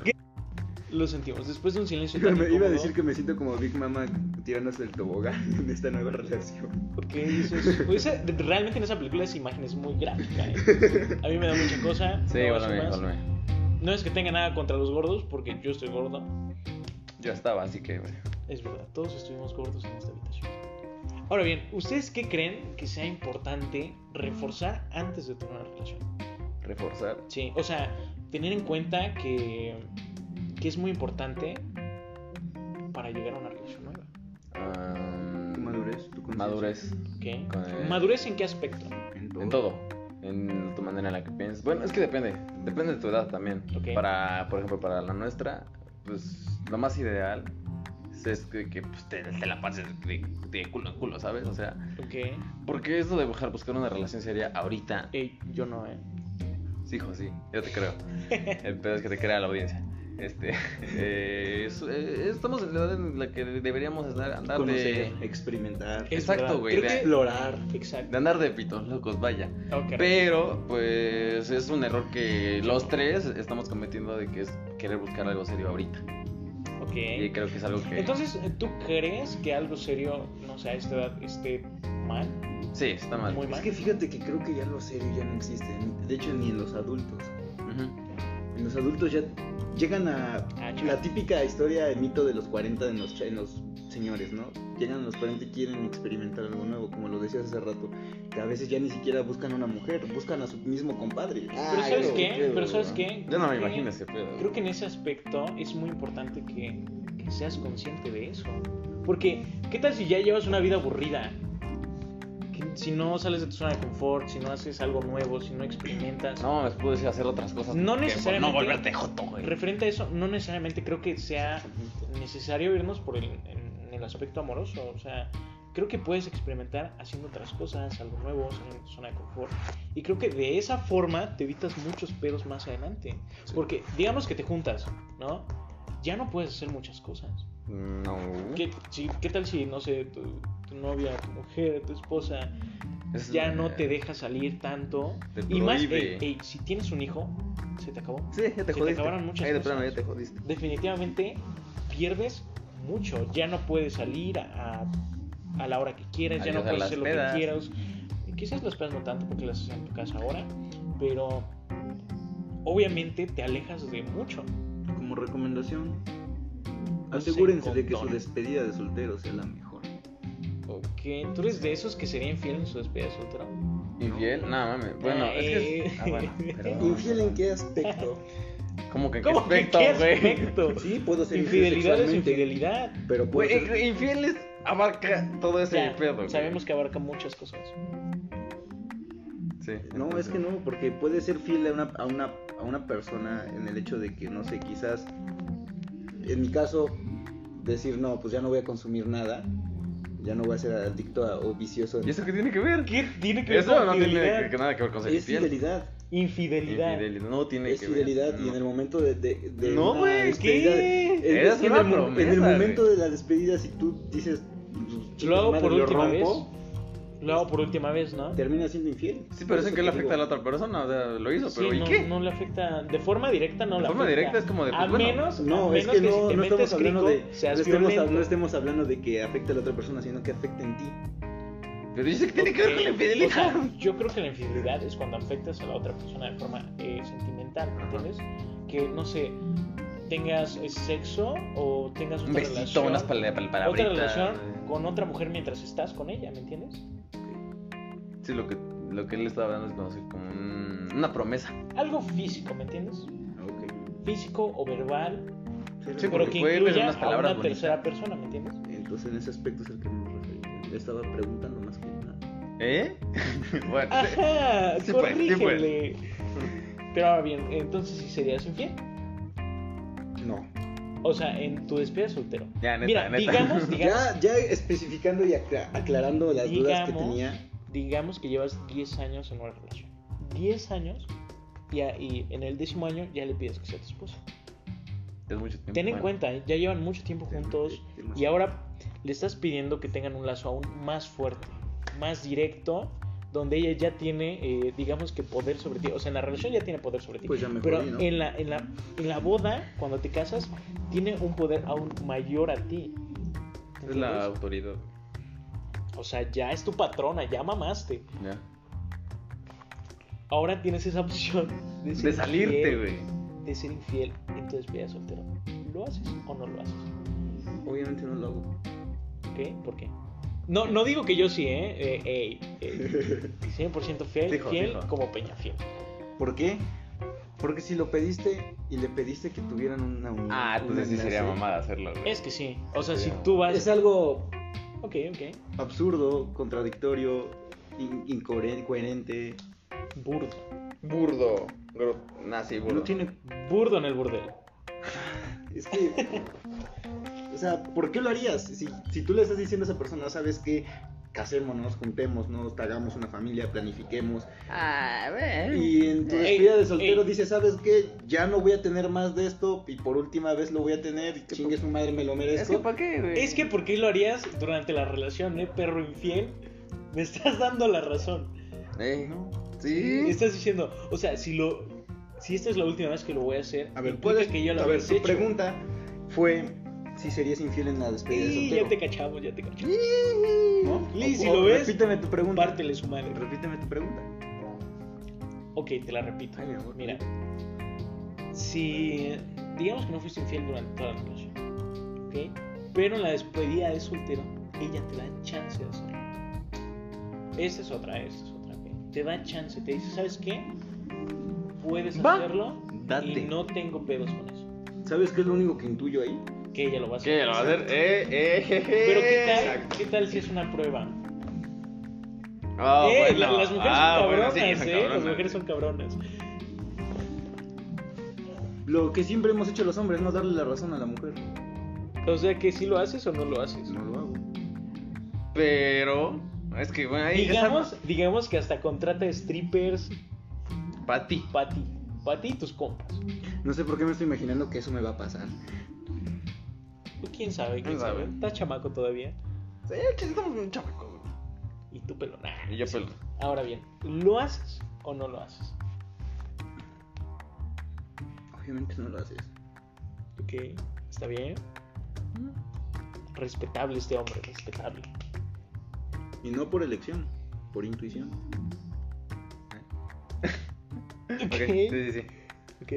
[SPEAKER 1] Lo sentimos. Después de un silencio tan
[SPEAKER 3] Me iba a
[SPEAKER 1] incómodo,
[SPEAKER 3] decir que me siento como Big Mama tirándose del tobogán en esta nueva relación.
[SPEAKER 1] Porque dices, pues, esa- realmente en esa película esa imagen es muy gráfica. ¿eh? A mí me da mucha cosa.
[SPEAKER 2] Sí,
[SPEAKER 1] no
[SPEAKER 2] vuelve,
[SPEAKER 1] asumas.
[SPEAKER 2] vuelve.
[SPEAKER 1] No es que tenga nada contra los gordos, porque yo estoy gordo.
[SPEAKER 2] Yo estaba, así que bueno.
[SPEAKER 1] Es verdad, todos estuvimos gordos en esta habitación. Ahora bien, ¿ustedes qué creen que sea importante reforzar antes de tener una relación?
[SPEAKER 2] reforzar.
[SPEAKER 1] Sí, o sea, tener en cuenta que, que es muy importante para llegar a una relación nueva.
[SPEAKER 2] ah,
[SPEAKER 3] Tu madurez, tu conciencia.
[SPEAKER 2] Madurez.
[SPEAKER 1] ¿ok?
[SPEAKER 2] Con-
[SPEAKER 1] ¿Madurez en qué aspecto?
[SPEAKER 3] En todo.
[SPEAKER 2] En todo. En tu manera en la que piensas. Bueno, es que depende. Depende de tu edad también.
[SPEAKER 1] Ok.
[SPEAKER 2] Para, por ejemplo, para la nuestra, pues lo más ideal es- es que, que, pues, te, te la pases de, de culo a culo, ¿sabes? O sea,
[SPEAKER 1] Ok.
[SPEAKER 2] porque eso de buscar, buscar una relación sería ahorita.
[SPEAKER 1] Ey, yo no, ¿eh?
[SPEAKER 2] Sí, hijo, sí, yo te creo. El pedo es que te crea la audiencia. Este, eh, es- eh, estamos en la edad en la que deberíamos estar, andar de,
[SPEAKER 3] Conocer, experimentar.
[SPEAKER 1] Es
[SPEAKER 2] Exacto,
[SPEAKER 1] verdad.
[SPEAKER 2] güey,
[SPEAKER 1] Creo
[SPEAKER 2] de-
[SPEAKER 1] que-
[SPEAKER 3] Explorar.
[SPEAKER 1] Exacto.
[SPEAKER 2] de andar de pitos locos, vaya.
[SPEAKER 1] Ok.
[SPEAKER 2] Pero, pues, es un error que los tres estamos cometiendo de que es querer buscar algo serio ahorita.
[SPEAKER 1] Ok.
[SPEAKER 2] Y creo que es algo que...
[SPEAKER 1] Entonces, ¿tú crees que algo serio, no sé, a esta edad esté mal?
[SPEAKER 2] Sí, está mal.
[SPEAKER 1] Muy mal.
[SPEAKER 3] Es que fíjate que creo que ya lo serio ya no existe. De hecho, ni en los adultos.
[SPEAKER 2] Ujú.
[SPEAKER 3] En los adultos ya llegan a
[SPEAKER 1] Ah, chica.
[SPEAKER 3] la típica historia, el mito de los 40 en los, cha- en los señores, ¿no? Llegan a los 40 y quieren experimentar algo nuevo, como lo decías hace rato. Que a veces ya ni siquiera buscan una mujer, buscan a su mismo compadre.
[SPEAKER 1] Pero ¿sabes qué? Pero ¿sabes qué?
[SPEAKER 2] Yo no
[SPEAKER 1] Creo
[SPEAKER 2] me
[SPEAKER 1] que-
[SPEAKER 2] imagino ese pedo.
[SPEAKER 1] Creo que en ese aspecto es muy importante que, que seas consciente de eso. Porque, ¿qué tal si ya llevas una vida aburrida? Que si no sales de tu zona de confort, si no haces algo nuevo, si no experimentas.
[SPEAKER 2] No, les puedo decir hacer otras cosas.
[SPEAKER 1] No
[SPEAKER 2] que-
[SPEAKER 1] necesariamente-
[SPEAKER 2] No volverte joto, güey.
[SPEAKER 1] Referente a eso, no necesariamente creo que sea necesario irnos por el, en, en el aspecto amoroso. O sea, creo que puedes experimentar haciendo otras cosas, algo nuevo, saliendo de tu zona de confort. Y creo que de esa forma te evitas muchos pedos más adelante. Porque digamos que te juntas, ¿no? Ya no puedes hacer muchas cosas.
[SPEAKER 2] No.
[SPEAKER 1] ¿Qué, si- qué tal si, no sé, tu, tu novia, tu mujer, tu esposa,
[SPEAKER 2] Es-
[SPEAKER 1] ya no te deja salir tanto?
[SPEAKER 2] Te
[SPEAKER 1] y más,
[SPEAKER 2] prohíbe.
[SPEAKER 1] ey, ey, si tienes un hijo, se te acabó.
[SPEAKER 3] Sí, ya
[SPEAKER 1] te
[SPEAKER 3] te
[SPEAKER 1] jodiste.
[SPEAKER 3] jodiste.
[SPEAKER 1] acabaron muchas
[SPEAKER 3] Ahí de
[SPEAKER 1] cosas.
[SPEAKER 3] plano ya te jodiste.
[SPEAKER 1] definitivamente pierdes mucho. Ya no puedes salir a, a la hora que quieras, ya
[SPEAKER 2] Adiós
[SPEAKER 1] no
[SPEAKER 2] a
[SPEAKER 1] puedes
[SPEAKER 2] las
[SPEAKER 1] hacer lo
[SPEAKER 2] pedas.
[SPEAKER 1] que quieras. Quizás las pedas no tanto porque las haces en tu casa ahora, pero obviamente te alejas de mucho.
[SPEAKER 3] Como recomendación,
[SPEAKER 1] Use
[SPEAKER 3] asegúrense de que su
[SPEAKER 1] condón.
[SPEAKER 3] despedida de soltero sea la mejor.
[SPEAKER 1] Eh. Ok, ¿tú eres de esos que sería infiel en su despedida de soltero?
[SPEAKER 2] ¿Infiel? No, mames. Bueno, es que...
[SPEAKER 1] Eh.
[SPEAKER 2] es- Ah, bueno. pero-
[SPEAKER 3] ¿Infiel en qué aspecto?
[SPEAKER 2] ¿Cómo que en
[SPEAKER 1] ¿Cómo que
[SPEAKER 2] qué aspecto,
[SPEAKER 1] qué
[SPEAKER 2] güey?
[SPEAKER 1] aspecto?
[SPEAKER 3] Sí, puedo ser infiel
[SPEAKER 1] Infidelidad es
[SPEAKER 3] sexualmente,
[SPEAKER 1] infidelidad.
[SPEAKER 3] Pero puedo
[SPEAKER 2] Güey,
[SPEAKER 3] ser...
[SPEAKER 2] inf- infieles abarca todo ese
[SPEAKER 1] Ya,
[SPEAKER 2] pedo, güey.
[SPEAKER 1] sabemos que abarca muchas cosas.
[SPEAKER 2] Sí.
[SPEAKER 3] No, es que no, porque puede ser fiel a una, a, una, a una persona en el hecho de que, no sé, quizás, en mi caso, decir, no, pues ya no voy a consumir nada, ya no voy a ser adicto a- o vicioso.
[SPEAKER 2] ¿Y eso qué tiene que ver?
[SPEAKER 1] ¿Qué tiene que ver
[SPEAKER 2] Eso
[SPEAKER 1] con
[SPEAKER 2] no tiene
[SPEAKER 1] fidelidad?
[SPEAKER 2] que- nada que ver con ser
[SPEAKER 3] es
[SPEAKER 2] infiel.
[SPEAKER 3] fidelidad,
[SPEAKER 1] Infidelidad.
[SPEAKER 2] Infidelidad. No tiene
[SPEAKER 3] es
[SPEAKER 2] que ver.
[SPEAKER 3] fidelidad y en el
[SPEAKER 2] No.
[SPEAKER 3] momento de... de- de
[SPEAKER 2] No,
[SPEAKER 3] una
[SPEAKER 2] güey, ¿qué?
[SPEAKER 3] despedida de- en-
[SPEAKER 2] Eras
[SPEAKER 3] en
[SPEAKER 2] una
[SPEAKER 3] el, mo- en el
[SPEAKER 2] promesa,
[SPEAKER 3] momento
[SPEAKER 2] güey.
[SPEAKER 3] de la despedida, si tú dices, pues,
[SPEAKER 1] Lo hago
[SPEAKER 3] madre,
[SPEAKER 1] por
[SPEAKER 3] lo
[SPEAKER 1] última
[SPEAKER 3] rompo,
[SPEAKER 1] Lo hago por última vez, ¿no?
[SPEAKER 3] termina siendo infiel.
[SPEAKER 2] Sí, pero eso en
[SPEAKER 3] Por
[SPEAKER 2] que le
[SPEAKER 3] te
[SPEAKER 2] afecta a la
[SPEAKER 3] digo,
[SPEAKER 2] otra persona, o sea, lo hizo,
[SPEAKER 1] Sí,
[SPEAKER 2] pero ¿y
[SPEAKER 1] no,
[SPEAKER 2] qué?
[SPEAKER 1] no le afecta de forma directa no
[SPEAKER 2] De
[SPEAKER 1] le
[SPEAKER 2] forma
[SPEAKER 1] afecta.
[SPEAKER 2] directa es como de, pues,
[SPEAKER 1] a
[SPEAKER 2] bueno.
[SPEAKER 1] menos a
[SPEAKER 3] No,
[SPEAKER 1] menos
[SPEAKER 3] es que,
[SPEAKER 1] si
[SPEAKER 3] no,
[SPEAKER 1] te
[SPEAKER 3] no
[SPEAKER 1] metes
[SPEAKER 3] estamos hablando
[SPEAKER 1] crico,
[SPEAKER 3] de...
[SPEAKER 1] seas
[SPEAKER 3] no, estemos,
[SPEAKER 1] violento.
[SPEAKER 3] no estemos hablando de que afecte a la otra persona, sino que afecte en ti.
[SPEAKER 2] Pero dice que tiene que ver con la infidelidad.
[SPEAKER 1] O sea, yo creo que la infidelidad es cuando afectas a la otra persona de forma eh, sentimental, ¿me
[SPEAKER 2] Ajá.
[SPEAKER 1] entiendes? Que no sé, tengas eh, sexo o tengas otra
[SPEAKER 2] Un besito,
[SPEAKER 1] relación,
[SPEAKER 2] unas pala- pala-
[SPEAKER 1] otra
[SPEAKER 2] palabritas. eh.
[SPEAKER 1] relación con otra mujer mientras estás con ella, ¿me entiendes?
[SPEAKER 2] Sí, lo que, lo que él estaba hablando es como, así, como un- una promesa.
[SPEAKER 1] Algo físico, ¿me entiendes? Físico o verbal,
[SPEAKER 2] Sí,
[SPEAKER 1] Ah, pero
[SPEAKER 2] porque
[SPEAKER 1] que
[SPEAKER 2] fue, pues,
[SPEAKER 1] incluya
[SPEAKER 2] unas
[SPEAKER 1] a
[SPEAKER 2] palabras
[SPEAKER 1] una
[SPEAKER 2] bonitas.
[SPEAKER 1] tercera persona, ¿me entiendes?
[SPEAKER 3] Entonces en ese aspecto es el que me refería. Le estaba preguntando más que nada.
[SPEAKER 2] ¿Eh? bueno,
[SPEAKER 1] Ah.
[SPEAKER 2] sí.
[SPEAKER 1] Ajá,
[SPEAKER 2] Sí, pues, sí, pues.
[SPEAKER 1] corrígele. Pero ahora bien, entonces sí serías infiel.
[SPEAKER 3] No.
[SPEAKER 1] O sea, en tu despedida de soltero.
[SPEAKER 2] Ya, neta,
[SPEAKER 1] Mira,
[SPEAKER 2] neta.
[SPEAKER 1] digamos, digamos,
[SPEAKER 3] Ya, ya especificando y acla- aclarando las dudas que
[SPEAKER 1] Digamos.
[SPEAKER 3] tenía.
[SPEAKER 1] digamos que llevas 10 años en una relación. 10 años y, a- y en el décimo año ya le pides que sea tu esposa.
[SPEAKER 2] Es mucho tiempo.
[SPEAKER 1] Ten en
[SPEAKER 2] bueno.
[SPEAKER 1] cuenta, ¿eh? ya llevan mucho tiempo
[SPEAKER 3] Tem-
[SPEAKER 1] juntos
[SPEAKER 3] demasiado.
[SPEAKER 1] y ahora le estás pidiendo que tengan un lazo aún más fuerte, más directo, donde ella ya tiene, eh, digamos que poder sobre ti. O sea, en la relación ya tiene poder sobre ti.
[SPEAKER 3] Pues ya me
[SPEAKER 1] pero
[SPEAKER 3] jodí, ¿no?
[SPEAKER 1] en, la, en, la, en la boda, cuando te casas, tiene un poder aún mayor a ti.
[SPEAKER 2] Es la
[SPEAKER 1] ¿Entiendes?
[SPEAKER 2] autoridad.
[SPEAKER 1] O sea, ya es tu patrona, ya mamaste.
[SPEAKER 2] Ya.
[SPEAKER 1] Ahora tienes esa opción
[SPEAKER 2] De salirte,
[SPEAKER 1] infiel,
[SPEAKER 2] güey.
[SPEAKER 1] de ser infiel en tu despedida de soltero? ¿Lo haces o no lo haces?
[SPEAKER 3] Obviamente no lo hago.
[SPEAKER 1] ¿Ok? ¿Por qué? No, no digo que yo sí, ¿eh? Eh, ey, eh, 100% fiel,
[SPEAKER 2] Dijo,
[SPEAKER 1] fiel
[SPEAKER 2] dijo.
[SPEAKER 1] como Peña Fiel.
[SPEAKER 3] ¿Por qué? Porque si lo pediste y le pediste que tuvieran una unión.
[SPEAKER 2] Ah, entonces sí
[SPEAKER 3] una
[SPEAKER 2] sería
[SPEAKER 3] enlace,
[SPEAKER 2] mamada hacerlo, güey.
[SPEAKER 1] Es que sí. O sea, si
[SPEAKER 2] Pero-
[SPEAKER 1] tú vas...
[SPEAKER 3] Es algo
[SPEAKER 1] Ok, ok.
[SPEAKER 3] absurdo, contradictorio, in- incoher- incoherente.
[SPEAKER 1] Burdo.
[SPEAKER 2] Burdo. Nah, sí, burdo.
[SPEAKER 3] No tiene.
[SPEAKER 1] Burdo en el burdel.
[SPEAKER 3] Es que. o sea, ¿por qué lo harías? Si, si tú le estás diciendo a esa persona, ¿sabes qué? Casémonos, juntémonos, hagamos una familia, planifiquemos.
[SPEAKER 2] Ah, güey.
[SPEAKER 3] Y en tu
[SPEAKER 1] Ey,
[SPEAKER 3] despedida de soltero
[SPEAKER 1] ey.
[SPEAKER 3] dices, ¿sabes qué? Ya no voy a tener más de esto y por última vez lo voy a tener. Y chingue su madre, me lo
[SPEAKER 2] Es que
[SPEAKER 3] merezco.
[SPEAKER 2] ¿para qué, güey?
[SPEAKER 1] Es que ¿por qué lo harías durante la relación, eh, perro infiel? Me estás dando la razón.
[SPEAKER 2] Eh,
[SPEAKER 3] No.
[SPEAKER 2] ¿Sí?
[SPEAKER 1] Me estás diciendo, o sea, si lo si esta es la última vez que lo voy a hacer,
[SPEAKER 3] A ver,
[SPEAKER 1] implica
[SPEAKER 3] ¿cuál es?
[SPEAKER 1] que ya lo
[SPEAKER 3] a ver,
[SPEAKER 1] habías
[SPEAKER 3] tu
[SPEAKER 1] hecho.
[SPEAKER 3] pregunta fue si serías infiel en la despedida de
[SPEAKER 1] Y
[SPEAKER 3] soltero.
[SPEAKER 1] ya te cachamos, ya te cachamos.
[SPEAKER 3] ¿No?
[SPEAKER 1] Liz,
[SPEAKER 3] O-
[SPEAKER 1] si
[SPEAKER 3] o
[SPEAKER 1] lo ves,
[SPEAKER 3] Repíteme tu pregunta.
[SPEAKER 1] Pártele su madre.
[SPEAKER 3] Repíteme tu pregunta.
[SPEAKER 1] Ok, te la repito.
[SPEAKER 3] Ay, mi amor.
[SPEAKER 1] Mira, si digamos que no fuiste infiel durante toda la relación, ¿ok? Pero en la despedida de soltero, ella te da chance de hacerlo. Esta es otra, esta es otra, ¿ok? Te da chance, te dice, ¿sabes qué? Puedes
[SPEAKER 2] Va,
[SPEAKER 1] hacerlo y
[SPEAKER 3] date.
[SPEAKER 1] no tengo pedos con eso.
[SPEAKER 3] ¿Sabes qué es lo único que intuyo ahí?
[SPEAKER 1] Que ella lo va a hacer.
[SPEAKER 2] ¿Qué? ¿Lo va a hacer? Eh, eh, jeje.
[SPEAKER 1] Pero ¿qué tal,
[SPEAKER 2] Exacto.
[SPEAKER 1] qué tal si es una prueba?
[SPEAKER 2] Ah,
[SPEAKER 1] Eh,
[SPEAKER 2] bueno.
[SPEAKER 1] la- las mujeres
[SPEAKER 2] Ah,
[SPEAKER 1] son
[SPEAKER 2] bueno,
[SPEAKER 1] cabronas,
[SPEAKER 2] sí, son
[SPEAKER 1] ¿eh?
[SPEAKER 2] cabronas.
[SPEAKER 1] Las mujeres son cabronas.
[SPEAKER 3] Lo que siempre hemos hecho los hombres, no darle la razón a la mujer.
[SPEAKER 1] O sea, que si lo haces o no lo haces.
[SPEAKER 3] No lo hago.
[SPEAKER 2] Pero. Es que, bueno, ahí.
[SPEAKER 1] Digamos, digamos que hasta contrata strippers
[SPEAKER 2] Para ti.
[SPEAKER 1] para ti, para ti y tus compas.
[SPEAKER 3] No sé por qué me estoy imaginando que eso me va a pasar.
[SPEAKER 1] Tú Pues, quién sabe, quién
[SPEAKER 2] ¿Quién sabe?
[SPEAKER 1] sabe. Estás chamaco todavía
[SPEAKER 2] Sí, que estamos un chamaco, güey.
[SPEAKER 1] y tú pelona.
[SPEAKER 2] Y yo pues, pelo.
[SPEAKER 1] Ahora bien, ¿lo haces o no lo haces?
[SPEAKER 3] Obviamente no lo haces.
[SPEAKER 1] Ok, está bien. Respetable este hombre, respetable.
[SPEAKER 3] Y no por elección, por intuición.
[SPEAKER 2] Ok,
[SPEAKER 1] Ok.
[SPEAKER 2] sí, sí, sí.
[SPEAKER 1] Ok.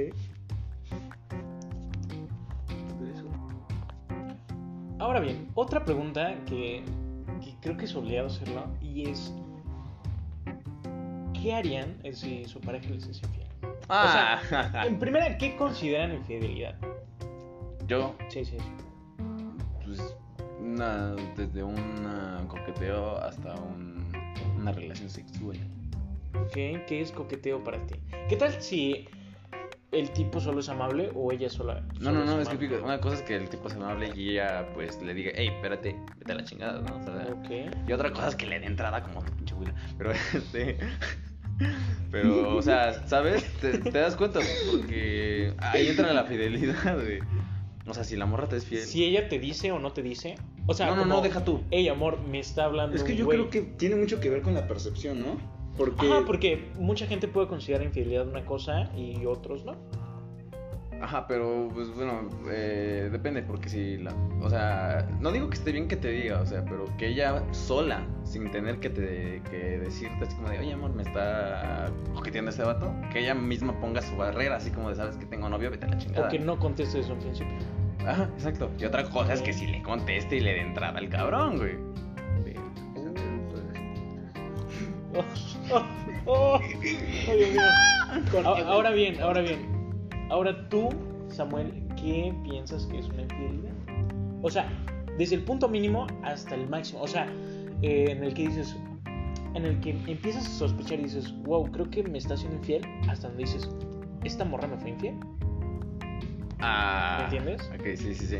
[SPEAKER 3] Por eso.
[SPEAKER 1] Ahora bien, otra pregunta que, que creo que es obligado hacerla y es: ¿qué harían si su pareja les es infiel?
[SPEAKER 2] Ah,
[SPEAKER 1] En primera, ¿qué consideran infidelidad?
[SPEAKER 2] yo,
[SPEAKER 1] Sí, sí, sí.
[SPEAKER 2] pues, una, desde un coqueteo hasta un, una relación sexual.
[SPEAKER 1] Ok, ¿qué es coqueteo para ti? ¿Qué tal si el tipo solo es amable o ella sola?
[SPEAKER 2] No, no, no, es que
[SPEAKER 1] amable?
[SPEAKER 2] fíjate, una cosa es que el tipo se amable y ella, pues, le diga, hey, espérate, vete a la chingada, ¿no? O sea,
[SPEAKER 1] Ok.
[SPEAKER 2] y otra cosa es que le dé entrada como tu pinche huila. Pero, este. Pero, o sea, ¿sabes? Te, te das cuenta, porque ahí entra la fidelidad, güey. O sea, si la morra te es fiel.
[SPEAKER 1] Si ella te dice o no te dice. O sea,
[SPEAKER 2] no, no,
[SPEAKER 1] como,
[SPEAKER 2] no, deja tú.
[SPEAKER 1] Ey, amor, me está hablando.
[SPEAKER 3] Es que
[SPEAKER 1] un
[SPEAKER 3] yo
[SPEAKER 1] güey".
[SPEAKER 3] creo que tiene mucho que ver con la percepción, ¿no? Porque.
[SPEAKER 1] Ajá, porque mucha gente puede considerar infidelidad una cosa y otros no.
[SPEAKER 2] Ajá, pero pues bueno, eh, depende, porque si la. O sea, no digo que esté bien que te diga, o sea, pero que ella sola, sin tener que, te, que decirte así como de, oye amor, me está coqueteando ese vato, que ella misma ponga su barrera, así como de, sabes que tengo novio, vete a la chingada.
[SPEAKER 1] O que no conteste eso en principio.
[SPEAKER 2] Ajá, exacto. Y otra cosa es que si le conteste y le dé entrada al cabrón, güey.
[SPEAKER 1] Oh, oh, oh. Ay, Dios mío.
[SPEAKER 3] Ah,
[SPEAKER 1] Ahora- Ahora bien, ahora bien. Ahora tú, Samuel, ¿qué piensas que es una infidelidad? O sea, desde el punto mínimo hasta el máximo. O sea, eh, en el que dices, en el que empiezas a sospechar y dices, wow, creo que me está siendo infiel, hasta donde dices, esta morra me fue infiel.
[SPEAKER 2] Ah.
[SPEAKER 1] ¿Me entiendes?
[SPEAKER 2] Ok, sí, sí, sí.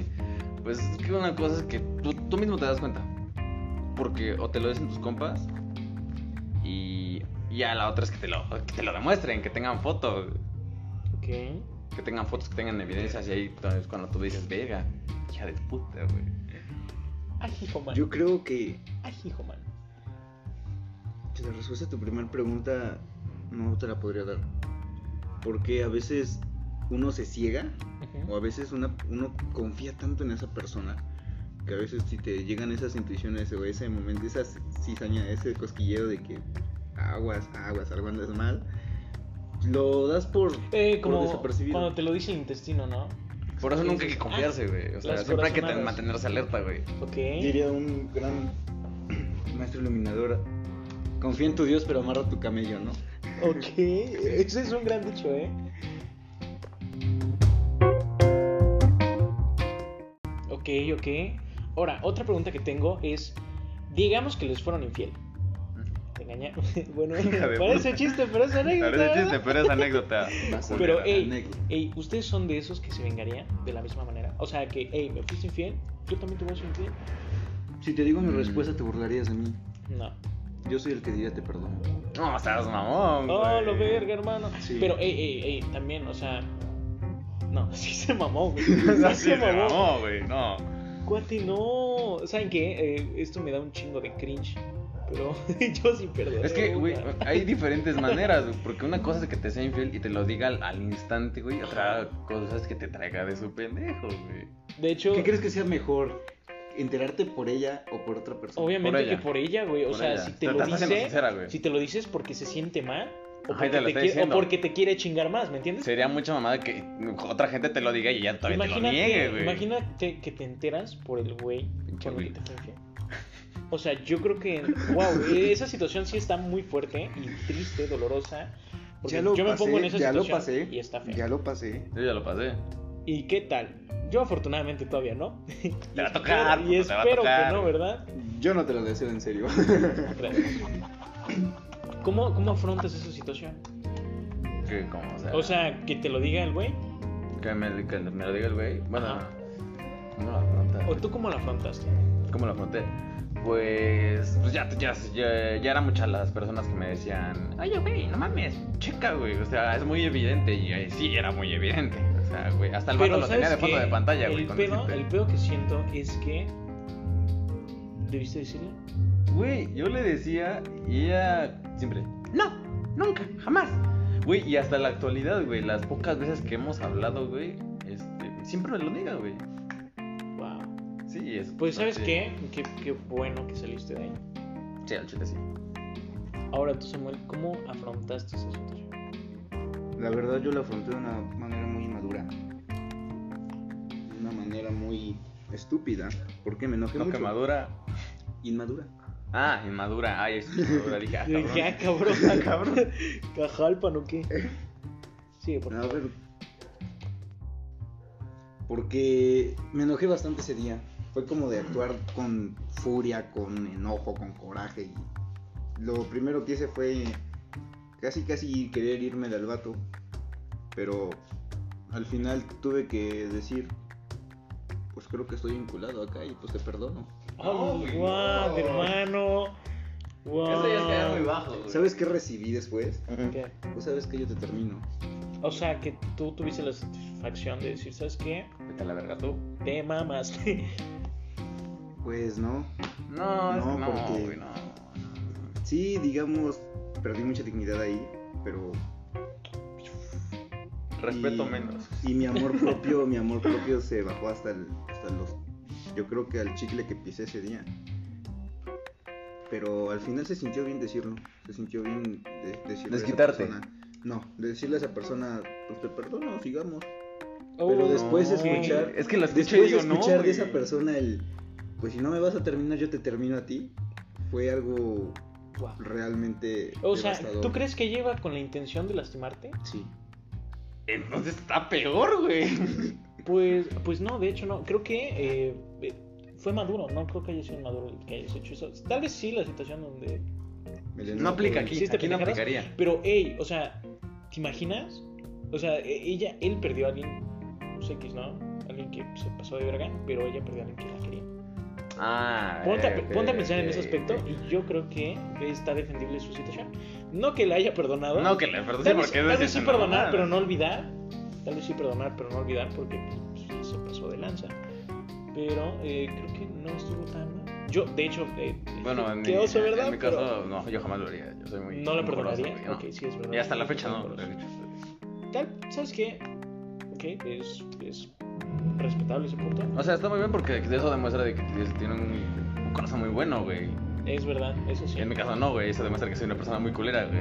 [SPEAKER 2] Pues es que una cosa es que tú, tú mismo te das cuenta. Porque o te lo dicen tus compas y y ya la otra es que te lo, que te lo demuestren, que tengan fotos,
[SPEAKER 1] Ok.
[SPEAKER 2] que tengan fotos, que tengan evidencias y ahí t- es cuando tú dices, verga, hija de puta, güey.
[SPEAKER 1] Ay, hijo man.
[SPEAKER 3] Yo creo que
[SPEAKER 1] Ay, hijo man.
[SPEAKER 3] La respuesta a tu primera pregunta no te la podría dar. Porque a veces uno se ciega
[SPEAKER 1] Ujú.
[SPEAKER 3] o a veces una- uno confía tanto en esa persona que a veces si te llegan esas intuiciones o ese momento, esa cizaña, ese cosquilleo de que aguas, aguas, algo andas mal, Lo das por,
[SPEAKER 1] Eh,
[SPEAKER 3] por
[SPEAKER 1] como
[SPEAKER 3] desapercibido.
[SPEAKER 1] cuando te lo dice el intestino, ¿no?
[SPEAKER 2] Por eso
[SPEAKER 1] Sí,
[SPEAKER 2] nunca
[SPEAKER 1] sí.
[SPEAKER 2] hay que confiarse, güey. O sea,
[SPEAKER 1] Las
[SPEAKER 2] siempre hay que ten-
[SPEAKER 1] corazonadas.
[SPEAKER 2] mantenerse alerta, güey.
[SPEAKER 1] Ok.
[SPEAKER 3] Diría un gran maestro iluminador. Confía en tu Dios, pero amarra tu camello, ¿no?
[SPEAKER 1] Ok. Ese es un gran dicho, ¿eh? Ok, ok. Ahora, otra pregunta que tengo es: digamos que les fueron infiel. Te engañaron. bueno,
[SPEAKER 2] Hija de
[SPEAKER 1] parece
[SPEAKER 2] puta.
[SPEAKER 1] chiste, pero es anécdota.
[SPEAKER 2] Parece
[SPEAKER 1] ¿verdad?
[SPEAKER 2] chiste, pero es anécdota.
[SPEAKER 3] Basura.
[SPEAKER 1] Pero,
[SPEAKER 2] Culera.
[SPEAKER 1] ey,
[SPEAKER 3] anécdota.
[SPEAKER 1] ey, ¿ustedes son de esos que se vengarían de la misma manera? O sea, que, ey, me fuiste infiel, yo también te voy a ser infiel.
[SPEAKER 3] Si te digo mi
[SPEAKER 2] Mm.
[SPEAKER 3] respuesta, te burlarías de mí.
[SPEAKER 1] No.
[SPEAKER 3] Yo soy el que diría te perdono.
[SPEAKER 2] No, estás mamón, güey.
[SPEAKER 1] Oh, lo verga, hermano.
[SPEAKER 3] Sí.
[SPEAKER 1] Pero, ey, ey, ey, también, o sea. No, sí se mamó, güey.
[SPEAKER 2] O sea,
[SPEAKER 1] Sí
[SPEAKER 2] sí,
[SPEAKER 1] se
[SPEAKER 2] se
[SPEAKER 1] mamó.
[SPEAKER 2] mamó, güey. No.
[SPEAKER 1] Cuate, no. ¿Saben qué? Eh, esto me da un chingo de cringe. Pero yo sí perdono.
[SPEAKER 2] Es que, güey, hay diferentes maneras, güey, porque una cosa es que te sea infiel y te lo diga al, al instante, güey, y otra cosa es que te traiga de su pendejo, güey.
[SPEAKER 1] De hecho,
[SPEAKER 3] ¿Qué crees que sea mejor? ¿Enterarte por ella o por otra persona?
[SPEAKER 1] obviamente
[SPEAKER 2] Por ella.
[SPEAKER 1] que por ella, güey. O
[SPEAKER 2] Por
[SPEAKER 1] sea,
[SPEAKER 2] ella.
[SPEAKER 1] si te
[SPEAKER 2] Pero
[SPEAKER 1] lo
[SPEAKER 2] estás siendo
[SPEAKER 1] dice.
[SPEAKER 2] sincera, güey.
[SPEAKER 1] Si te lo dices porque se siente mal. O
[SPEAKER 2] Ajá,
[SPEAKER 1] porque,
[SPEAKER 2] y te lo
[SPEAKER 1] te quiere,
[SPEAKER 2] está
[SPEAKER 1] o
[SPEAKER 2] diciendo.
[SPEAKER 1] porque te quiere chingar más, ¿me entiendes?
[SPEAKER 2] Sería mucha mamada que otra gente te lo diga y ya todavía te lo niegue, güey.
[SPEAKER 1] imagínate que te enteras por el güey
[SPEAKER 2] Pinche
[SPEAKER 1] con el
[SPEAKER 2] Will.
[SPEAKER 1] que te fue infiel. O sea, yo creo que, wow, esa situación sí está muy fuerte y triste, dolorosa. Porque
[SPEAKER 3] Ya lo
[SPEAKER 1] yo me
[SPEAKER 3] pasé,
[SPEAKER 1] pongo en esa
[SPEAKER 3] ya lo
[SPEAKER 1] situación
[SPEAKER 3] pasé.
[SPEAKER 1] y está feo.
[SPEAKER 3] Ya lo pasé.
[SPEAKER 2] Yo ya lo pasé.
[SPEAKER 1] ¿Y qué tal? Yo afortunadamente todavía no. Te
[SPEAKER 2] va a tocar,
[SPEAKER 1] Y
[SPEAKER 2] puto, te va a
[SPEAKER 1] espero
[SPEAKER 2] tocar.
[SPEAKER 1] que no, ¿verdad?
[SPEAKER 3] Yo no te lo deseo en serio.
[SPEAKER 1] ¿Cómo, ¿Cómo afrontas esa situación?
[SPEAKER 2] Que, como, o sea,
[SPEAKER 1] O sea, que te lo diga el güey.
[SPEAKER 2] que, me, que me lo diga el güey. Bueno,
[SPEAKER 1] Ajá.
[SPEAKER 2] ¿cómo lo afronta?
[SPEAKER 1] ¿O tú cómo la afrontaste?
[SPEAKER 2] ¿Cómo lo afronté? Pues, pues ya, ya, ya, ya eran muchas las personas que me decían, oye, güey, no mames, checa, güey. O sea, es muy evidente. Y eh, sí, era muy evidente. O sea, güey, hasta el vato lo tenía de
[SPEAKER 1] ¿sabes
[SPEAKER 2] fondo
[SPEAKER 1] qué?
[SPEAKER 2] de pantalla, güey.
[SPEAKER 1] El,
[SPEAKER 2] con
[SPEAKER 1] pedo,
[SPEAKER 2] decirte.
[SPEAKER 1] el pedo que siento es que. ¿Debiste decirle?
[SPEAKER 2] Güey, yo le decía y ella siempre, no, nunca, jamás. Güey, y hasta la actualidad, güey, las pocas veces que hemos hablado, güey, este, siempre me lo niega, güey.
[SPEAKER 1] Wow.
[SPEAKER 2] Sí, es.
[SPEAKER 1] Pues, ¿sabes
[SPEAKER 2] bastante-
[SPEAKER 1] qué? qué? Qué bueno que saliste de ahí.
[SPEAKER 2] Sí, al chile sí.
[SPEAKER 1] Ahora tú, Samuel, ¿cómo afrontaste esa situación?
[SPEAKER 3] La verdad yo lo afronté de una manera muy inmadura. De una manera muy estúpida. Porque me enojé
[SPEAKER 2] No, que
[SPEAKER 3] mucho.
[SPEAKER 2] madura.
[SPEAKER 3] Inmadura.
[SPEAKER 2] Ah, inmadura. Ay, es inmadura, dije, ah,
[SPEAKER 1] Yo dije, ah,
[SPEAKER 2] cabrón.
[SPEAKER 1] cabrón,
[SPEAKER 2] Ah, cabrón.
[SPEAKER 1] cajalpan o qué. Sigue, por
[SPEAKER 3] A
[SPEAKER 1] favor.
[SPEAKER 3] ver. Porque me enojé bastante ese día. Fue como de actuar con furia, con enojo, con coraje. Y lo primero que hice fue casi casi querer irme del vato. Pero al final tuve que decir, pues creo que estoy vinculado acá y pues te perdono.
[SPEAKER 1] Oh,
[SPEAKER 2] No, güey,
[SPEAKER 1] guau,
[SPEAKER 2] no.
[SPEAKER 1] hermano. Wow.
[SPEAKER 2] Eso ya es caer muy bajo, güey.
[SPEAKER 3] ¿Sabes qué recibí después?
[SPEAKER 1] ¿Qué?
[SPEAKER 3] Pues sabes que yo te termino.
[SPEAKER 1] O sea, que tú tuviste la satisfacción de decir, ¿sabes qué?
[SPEAKER 2] Vete a la verga tú.
[SPEAKER 1] Te mamaste.
[SPEAKER 3] Pues no,
[SPEAKER 2] No, es
[SPEAKER 3] No,
[SPEAKER 2] que no,
[SPEAKER 3] porque-
[SPEAKER 2] güey, no.
[SPEAKER 3] Sí, digamos, perdí mucha dignidad ahí, pero...
[SPEAKER 2] Respeto
[SPEAKER 3] y-
[SPEAKER 2] menos.
[SPEAKER 3] Y mi amor propio, mi amor propio se bajó hasta, el- hasta los... Yo creo que al chicle que pisé ese día. Pero al final se sintió bien decirlo. Se sintió bien de, decirle
[SPEAKER 2] Desquitarte.
[SPEAKER 3] a esa persona. No, de decirle a esa persona, pues te perdono, sigamos.
[SPEAKER 1] Oh,
[SPEAKER 3] Pero después
[SPEAKER 1] no.
[SPEAKER 3] escuchar...
[SPEAKER 2] Es que lo escuché y
[SPEAKER 3] después
[SPEAKER 2] digo, no,
[SPEAKER 3] escuchar de
[SPEAKER 2] güey.
[SPEAKER 3] esa persona el... Pues si no me vas a terminar, yo te termino a ti. Fue algo
[SPEAKER 1] Guau.
[SPEAKER 3] realmente...
[SPEAKER 1] O sea,
[SPEAKER 3] devastador.
[SPEAKER 1] ¿tú crees que lleva con la intención de lastimarte?
[SPEAKER 3] Sí.
[SPEAKER 2] Entonces está peor, güey.
[SPEAKER 1] Pues, pues no, de hecho no. Creo que eh, eh, fue maduro, no creo que haya sido maduro el que hayas hecho eso. Tal vez sí la situación donde.
[SPEAKER 2] No aplica aquí,
[SPEAKER 1] ¿Hiciste
[SPEAKER 2] aquí no
[SPEAKER 1] pendejadas?
[SPEAKER 2] aplicaría.
[SPEAKER 1] Pero, hey, o sea, ¿te imaginas? O sea, e- ella, él perdió a alguien, no sé qué es, ¿no? Alguien que se pasó de verga, pero ella perdió a alguien que la quería.
[SPEAKER 2] Ah, eh,
[SPEAKER 1] Ponte, a,
[SPEAKER 2] ok,
[SPEAKER 1] ponte a pensar en
[SPEAKER 2] ok,
[SPEAKER 1] ese aspecto
[SPEAKER 2] ok.
[SPEAKER 1] y yo creo que está defendible su situación. No que la haya perdonado.
[SPEAKER 2] No, que le perdone
[SPEAKER 1] Tal vez,
[SPEAKER 2] porque
[SPEAKER 1] tal
[SPEAKER 2] es
[SPEAKER 1] vez sí
[SPEAKER 2] una
[SPEAKER 1] perdonar,
[SPEAKER 2] mamada.
[SPEAKER 1] pero no olvidar. Tal vez sí perdonar, pero no olvidar porque pues, sí, se pasó de lanza. Pero eh, creo que no estuvo tan mal. Yo, de hecho, eh,
[SPEAKER 2] Bueno, en,
[SPEAKER 1] qué
[SPEAKER 2] mi,
[SPEAKER 1] oso,
[SPEAKER 2] en
[SPEAKER 1] ¿verdad?
[SPEAKER 2] mi
[SPEAKER 1] Pero
[SPEAKER 2] caso, no, yo jamás lo haría. Yo soy muy.
[SPEAKER 1] no la
[SPEAKER 2] rencoroso,
[SPEAKER 1] perdonaría.
[SPEAKER 2] güey, no.
[SPEAKER 1] Ok, sí, es verdad.
[SPEAKER 2] Y hasta la fecha no.
[SPEAKER 1] Rencoroso.
[SPEAKER 2] lo he hecho.
[SPEAKER 1] Tal, ¿sabes qué? Ok, es, es respetable ese punto.
[SPEAKER 2] O sea, está muy bien porque eso demuestra de que tienes- tiene un, un corazón muy bueno, güey.
[SPEAKER 1] Es verdad, eso sí.
[SPEAKER 2] Y en mi caso no, güey. Eso demuestra que soy una persona muy culera, güey.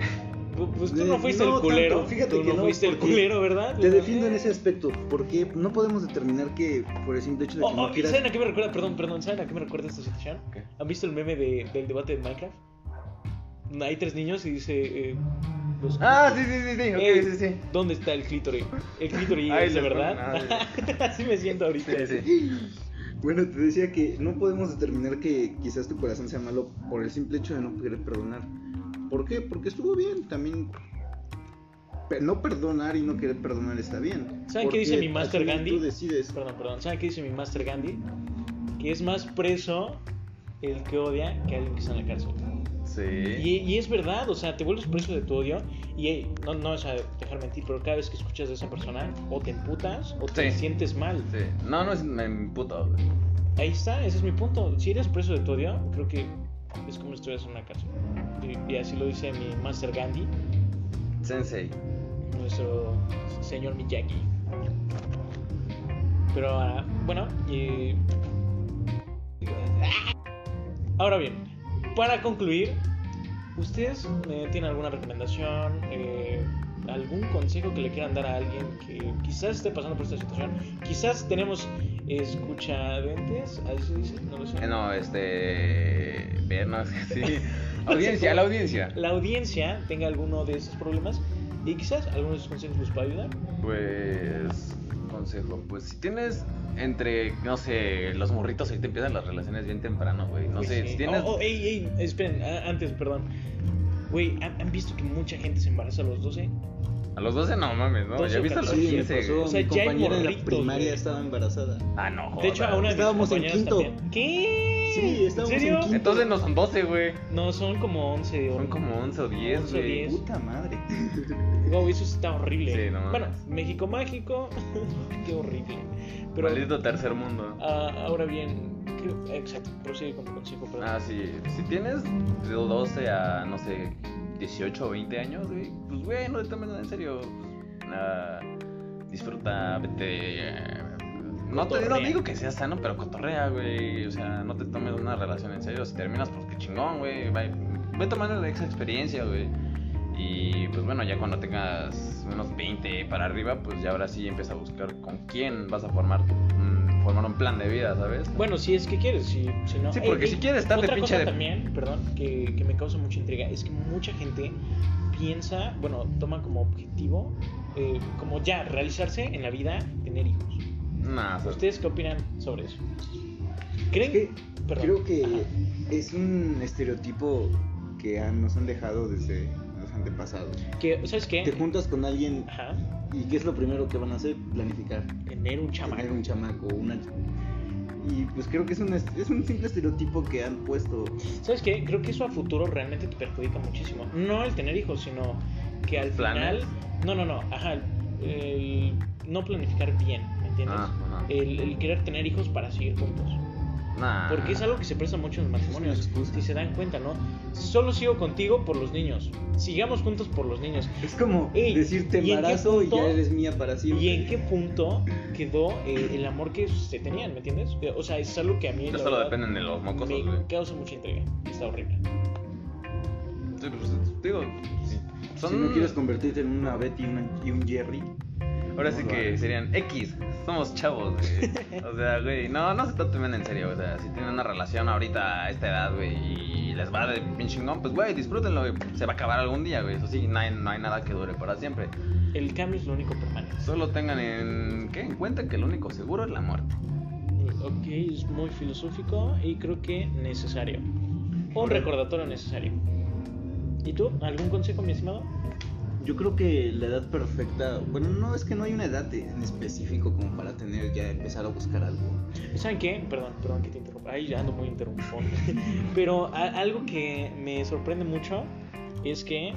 [SPEAKER 1] Pu- Pues tú no
[SPEAKER 3] Eh,
[SPEAKER 1] fuiste
[SPEAKER 3] no
[SPEAKER 1] el culero.
[SPEAKER 3] tanto, fíjate
[SPEAKER 1] tú
[SPEAKER 3] que
[SPEAKER 1] no
[SPEAKER 3] no,
[SPEAKER 1] fuiste el
[SPEAKER 3] porque
[SPEAKER 1] culero, ¿verdad?
[SPEAKER 3] Te defiendo en ese aspecto, porque no podemos determinar que por el simple hecho de
[SPEAKER 1] Oh,
[SPEAKER 3] que
[SPEAKER 1] oh,
[SPEAKER 3] no
[SPEAKER 1] ¿y
[SPEAKER 3] quieras...
[SPEAKER 1] ¿Saben a qué me recuerda? Perdón, perdón, ¿saben a qué me recuerda esta situación?
[SPEAKER 2] ¿Qué?
[SPEAKER 1] ¿Han visto el meme de- del debate de Minecraft? Hay tres niños y dice. eh, los-
[SPEAKER 2] Ah, sí, sí, sí, sí, ok,
[SPEAKER 1] Eh,
[SPEAKER 2] sí, sí.
[SPEAKER 1] ¿Dónde está el clítoris? El clítoris
[SPEAKER 2] Ahí
[SPEAKER 1] es
[SPEAKER 2] le
[SPEAKER 1] de verdad.
[SPEAKER 2] ponen, ah,
[SPEAKER 1] Así me siento ahorita.
[SPEAKER 2] Sí, sí.
[SPEAKER 3] Bueno, te decía que no podemos determinar que quizás tu corazón sea malo por el simple hecho de no querer perdonar. ¿Por qué? Porque estuvo bien, también... pe- No perdonar y no querer perdonar está bien.
[SPEAKER 1] ¿Saben qué dice
[SPEAKER 3] porque
[SPEAKER 1] mi master
[SPEAKER 3] al final
[SPEAKER 1] Gandhi?
[SPEAKER 3] Tú decides.
[SPEAKER 1] Perdón, perdón. ¿Saben qué dice mi Master Gandhi? Que es más preso el que odia que alguien que está en la cárcel.
[SPEAKER 2] Sí.
[SPEAKER 1] Y, y es verdad, o sea, te vuelves preso de tu odio y ey, no, no, o sea, dejar mentir, pero cada vez que escuchas de esa persona, o te emputas o te
[SPEAKER 2] Sí.
[SPEAKER 1] sientes mal.
[SPEAKER 2] Sí. No, no es me puto, güey.
[SPEAKER 1] Ahí está, ese es mi punto. Si eres preso de tu odio, creo que es como si estuvieras en una cárcel. Y, y así lo dice mi Master Gandhi,
[SPEAKER 2] Sensei.
[SPEAKER 1] nuestro señor Miyagi. Pero ahora, bueno, y... ah. Ahora bien, para concluir, ¿ustedes eh, tienen alguna recomendación, eh, algún consejo que le quieran dar a alguien que quizás esté pasando por esta situación? Quizás tenemos escuchadentes, así se dice, no lo sé.
[SPEAKER 2] Eh, no, este. Ver, no, es que sí. Audiencia, la audiencia.
[SPEAKER 1] La audiencia tenga alguno de esos problemas y quizás algunos de esos consejos les pueda ayudar.
[SPEAKER 2] Pues. Consejo, pues si tienes entre, no sé, los morritos ahí te empiezan las relaciones bien temprano, güey. No
[SPEAKER 1] Uy,
[SPEAKER 2] sé,
[SPEAKER 1] sí.
[SPEAKER 2] si tienes.
[SPEAKER 1] Oh, oh, ey, ey, esperen, a- antes, perdón. Güey, ¿han, han visto que mucha gente se embaraza a los 12?
[SPEAKER 2] A los 12 no mames, ¿no?
[SPEAKER 1] oh. Doce
[SPEAKER 2] Ya
[SPEAKER 1] o
[SPEAKER 2] viste a los
[SPEAKER 1] catorce.
[SPEAKER 3] Sí, me
[SPEAKER 2] 15.
[SPEAKER 3] pasó.
[SPEAKER 2] güey.
[SPEAKER 1] O sea,
[SPEAKER 3] mi
[SPEAKER 1] ya hay
[SPEAKER 3] compañera en
[SPEAKER 1] morritos,
[SPEAKER 3] la primaria
[SPEAKER 1] güey.
[SPEAKER 3] estaba embarazada.
[SPEAKER 2] Ah, no, joder.
[SPEAKER 1] De hecho, a una de mis
[SPEAKER 3] Estábamos en
[SPEAKER 1] compañeras
[SPEAKER 3] quinto.
[SPEAKER 1] también. ¿Qué?
[SPEAKER 3] Sí, estábamos en
[SPEAKER 1] serio?
[SPEAKER 3] quinto.
[SPEAKER 2] Entonces no son 12, güey.
[SPEAKER 1] No, son como 11 o
[SPEAKER 2] Son como 11 o 10,
[SPEAKER 1] 11 o
[SPEAKER 2] güey.
[SPEAKER 1] 10.
[SPEAKER 5] Puta madre.
[SPEAKER 1] Wow, eso está horrible.
[SPEAKER 2] Sí, no mames.
[SPEAKER 1] bueno, México mágico. Qué horrible. Pero
[SPEAKER 2] Maldito tercer mundo.
[SPEAKER 1] ah, ahora bien, creo- exacto, prosigue con tu consejo, perdón.
[SPEAKER 2] Ah, sí. Si tienes de 12 a, no sé, 18 o 20 años, güey, pues, güey, no te tomes nada en serio. pues, Nada, disfruta, vete. eh, No, te, no
[SPEAKER 1] Cotorrea.
[SPEAKER 2] digo que sea sano, pero cotorrea, güey. O sea, no te tomes una relación en serio. Si terminas, pues qué chingón, güey. Ve, ve tomando de esa experiencia, güey. Y pues bueno, ya cuando tengas unos 20 para arriba, pues ya ahora sí empieza a buscar con quién vas a formar, tu- mm, formar un plan de vida, ¿sabes?
[SPEAKER 1] Bueno, si es que quieres, si, si no.
[SPEAKER 2] Sí, porque si quieres, estate
[SPEAKER 1] otra
[SPEAKER 2] pinche
[SPEAKER 1] cosa
[SPEAKER 2] de-
[SPEAKER 1] también, perdón, que, que me causa mucha intriga, es que mucha gente piensa, bueno, toma como objetivo, eh, como ya, realizarse en la vida, tener hijos.
[SPEAKER 2] Nah, o sea,
[SPEAKER 1] ¿Ustedes qué opinan sobre eso? ¿Creen
[SPEAKER 3] que
[SPEAKER 1] Perdón.
[SPEAKER 3] creo que es un estereotipo que han- nos han dejado desde los antepasados.
[SPEAKER 1] que, ¿sabes qué?
[SPEAKER 3] Te juntas con alguien
[SPEAKER 1] Ajá,
[SPEAKER 3] y ¿qué es lo primero que van a hacer? Planificar.
[SPEAKER 1] tener un
[SPEAKER 3] Tener
[SPEAKER 1] chamaco.
[SPEAKER 3] un chamaco, una... Y pues creo que es un, est- es un simple estereotipo que han puesto.
[SPEAKER 1] ¿Sabes qué? Creo que eso a futuro realmente te perjudica muchísimo. No el tener hijos, sino que al final.
[SPEAKER 2] ¿Planes?
[SPEAKER 1] No, no, no, ajá, el, el no planificar bien, ¿me entiendes?
[SPEAKER 2] Ah, ajá.
[SPEAKER 1] el, el querer tener hijos para seguir juntos.
[SPEAKER 2] Nah.
[SPEAKER 1] Porque es algo que se presta mucho en los matrimonios.
[SPEAKER 3] Es una excusa.
[SPEAKER 1] Si se dan cuenta, ¿no? Solo sigo contigo por los niños. Sigamos juntos por los niños.
[SPEAKER 3] Es como
[SPEAKER 1] Ey,
[SPEAKER 3] decirte
[SPEAKER 1] ¿y en qué
[SPEAKER 3] embarazo y, ya
[SPEAKER 1] punto?
[SPEAKER 3] eres mía para siempre.
[SPEAKER 1] ¿Y en qué punto quedó eh, el amor que se tenían, ¿me entiendes? Eh, O sea, es algo que a mí.
[SPEAKER 2] Ya
[SPEAKER 1] la
[SPEAKER 2] solo
[SPEAKER 1] verdad,
[SPEAKER 2] dependen de los mocos,
[SPEAKER 1] me
[SPEAKER 2] güey.
[SPEAKER 1] causa mucha intriga. Está horrible.
[SPEAKER 2] Sí, pues, digo, sí. son...
[SPEAKER 3] Si no quieres convertirte en una Betty y, una- y un Jerry.
[SPEAKER 2] Ahora sí que serían X, somos chavos, güey. O sea, güey, no, no se tomen en serio, o sea, si tienen una relación ahorita a esta edad, güey, y les va de bien chingón, pues, güey, disfrútenlo, güey. Se va a acabar algún día, güey, eso sí, no hay, no hay nada que dure para siempre.
[SPEAKER 1] El cambio es lo único permanente.
[SPEAKER 2] Solo tengan en, ¿qué? en cuenta que lo único seguro es la muerte.
[SPEAKER 1] Ok, es muy filosófico y creo que necesario. Un recordatorio necesario. ¿Y tú? ¿Algún consejo, mi estimado?
[SPEAKER 3] Yo creo que la edad perfecta, bueno, no es que no hay una edad en específico como para tener ya empezar a buscar algo.
[SPEAKER 1] ¿Saben qué? Perdón, perdón que te interrumpa. Ay, ya ando muy interrumpón. Pero a- algo que me sorprende mucho es que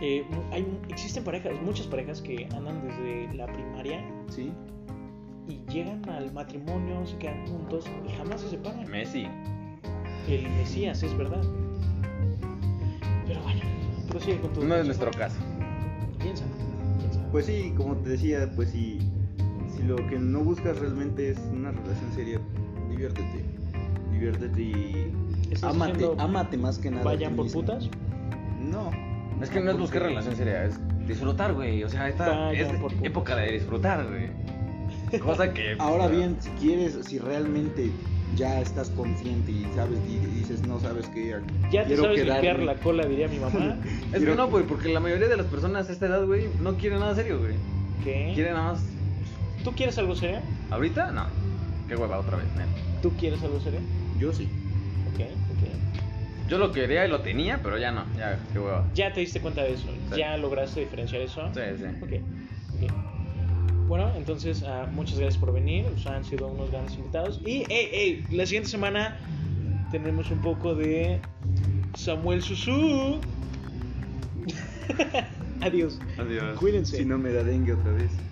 [SPEAKER 1] eh, mu- hay, existen parejas, muchas parejas que andan desde la primaria
[SPEAKER 3] Sí.
[SPEAKER 1] y llegan al matrimonio, se quedan juntos y jamás se separan.
[SPEAKER 2] Messi.
[SPEAKER 1] El Mesías, es verdad. Pero bueno, prosigue con tu.
[SPEAKER 2] No es nuestro caso.
[SPEAKER 1] Piensa, piensa.
[SPEAKER 3] Pues sí, como te decía, pues si, si lo que no buscas realmente es una relación seria, diviértete. Diviértete y
[SPEAKER 1] ¿Estás
[SPEAKER 3] ámate,
[SPEAKER 1] diciendo
[SPEAKER 3] ámate más que nada. a
[SPEAKER 1] Vayan
[SPEAKER 3] ti
[SPEAKER 1] por
[SPEAKER 3] mismo.
[SPEAKER 1] putas.
[SPEAKER 3] No,
[SPEAKER 2] Es que no es buscar
[SPEAKER 1] Porque-
[SPEAKER 2] relación seria, es disfrutar, güey. O sea, esta
[SPEAKER 1] Vayan
[SPEAKER 2] es
[SPEAKER 1] por puntos.
[SPEAKER 2] época de disfrutar, güey. Cosa que. pues,
[SPEAKER 3] Ahora bien, si quieres, si realmente ya estás consciente y sabes y dices no sabes qué
[SPEAKER 1] Ya te
[SPEAKER 3] quiero
[SPEAKER 1] sabes
[SPEAKER 3] quedarme".
[SPEAKER 1] limpiar la cola, diría mi mamá.
[SPEAKER 2] Es que no, güey, porque la mayoría de las personas a esta edad, güey, no quieren nada serio, güey.
[SPEAKER 3] ¿Eh?
[SPEAKER 1] ¿Qué?
[SPEAKER 2] Quieren nada más.
[SPEAKER 1] ¿Tú quieres algo serio?
[SPEAKER 2] ¿Ahorita? No. Qué hueva, otra vez, neta.
[SPEAKER 1] ¿Tú quieres algo serio?
[SPEAKER 3] Yo sí.
[SPEAKER 1] Ok, ok.
[SPEAKER 2] Yo lo quería y lo tenía, pero ya no. Ya, qué hueva.
[SPEAKER 1] Ya te diste cuenta de eso.
[SPEAKER 2] Sí.
[SPEAKER 1] Ya lograste diferenciar eso.
[SPEAKER 2] Sí, sí.
[SPEAKER 1] Ok, ok. Bueno, entonces, ah, muchas gracias por venir. O sea, han sido unos grandes invitados. Y, hey, hey, la siguiente semana tenemos un poco de Samuel Susu. Adiós.
[SPEAKER 2] Adiós.
[SPEAKER 1] Cuídense.
[SPEAKER 3] Si no me da dengue otra vez.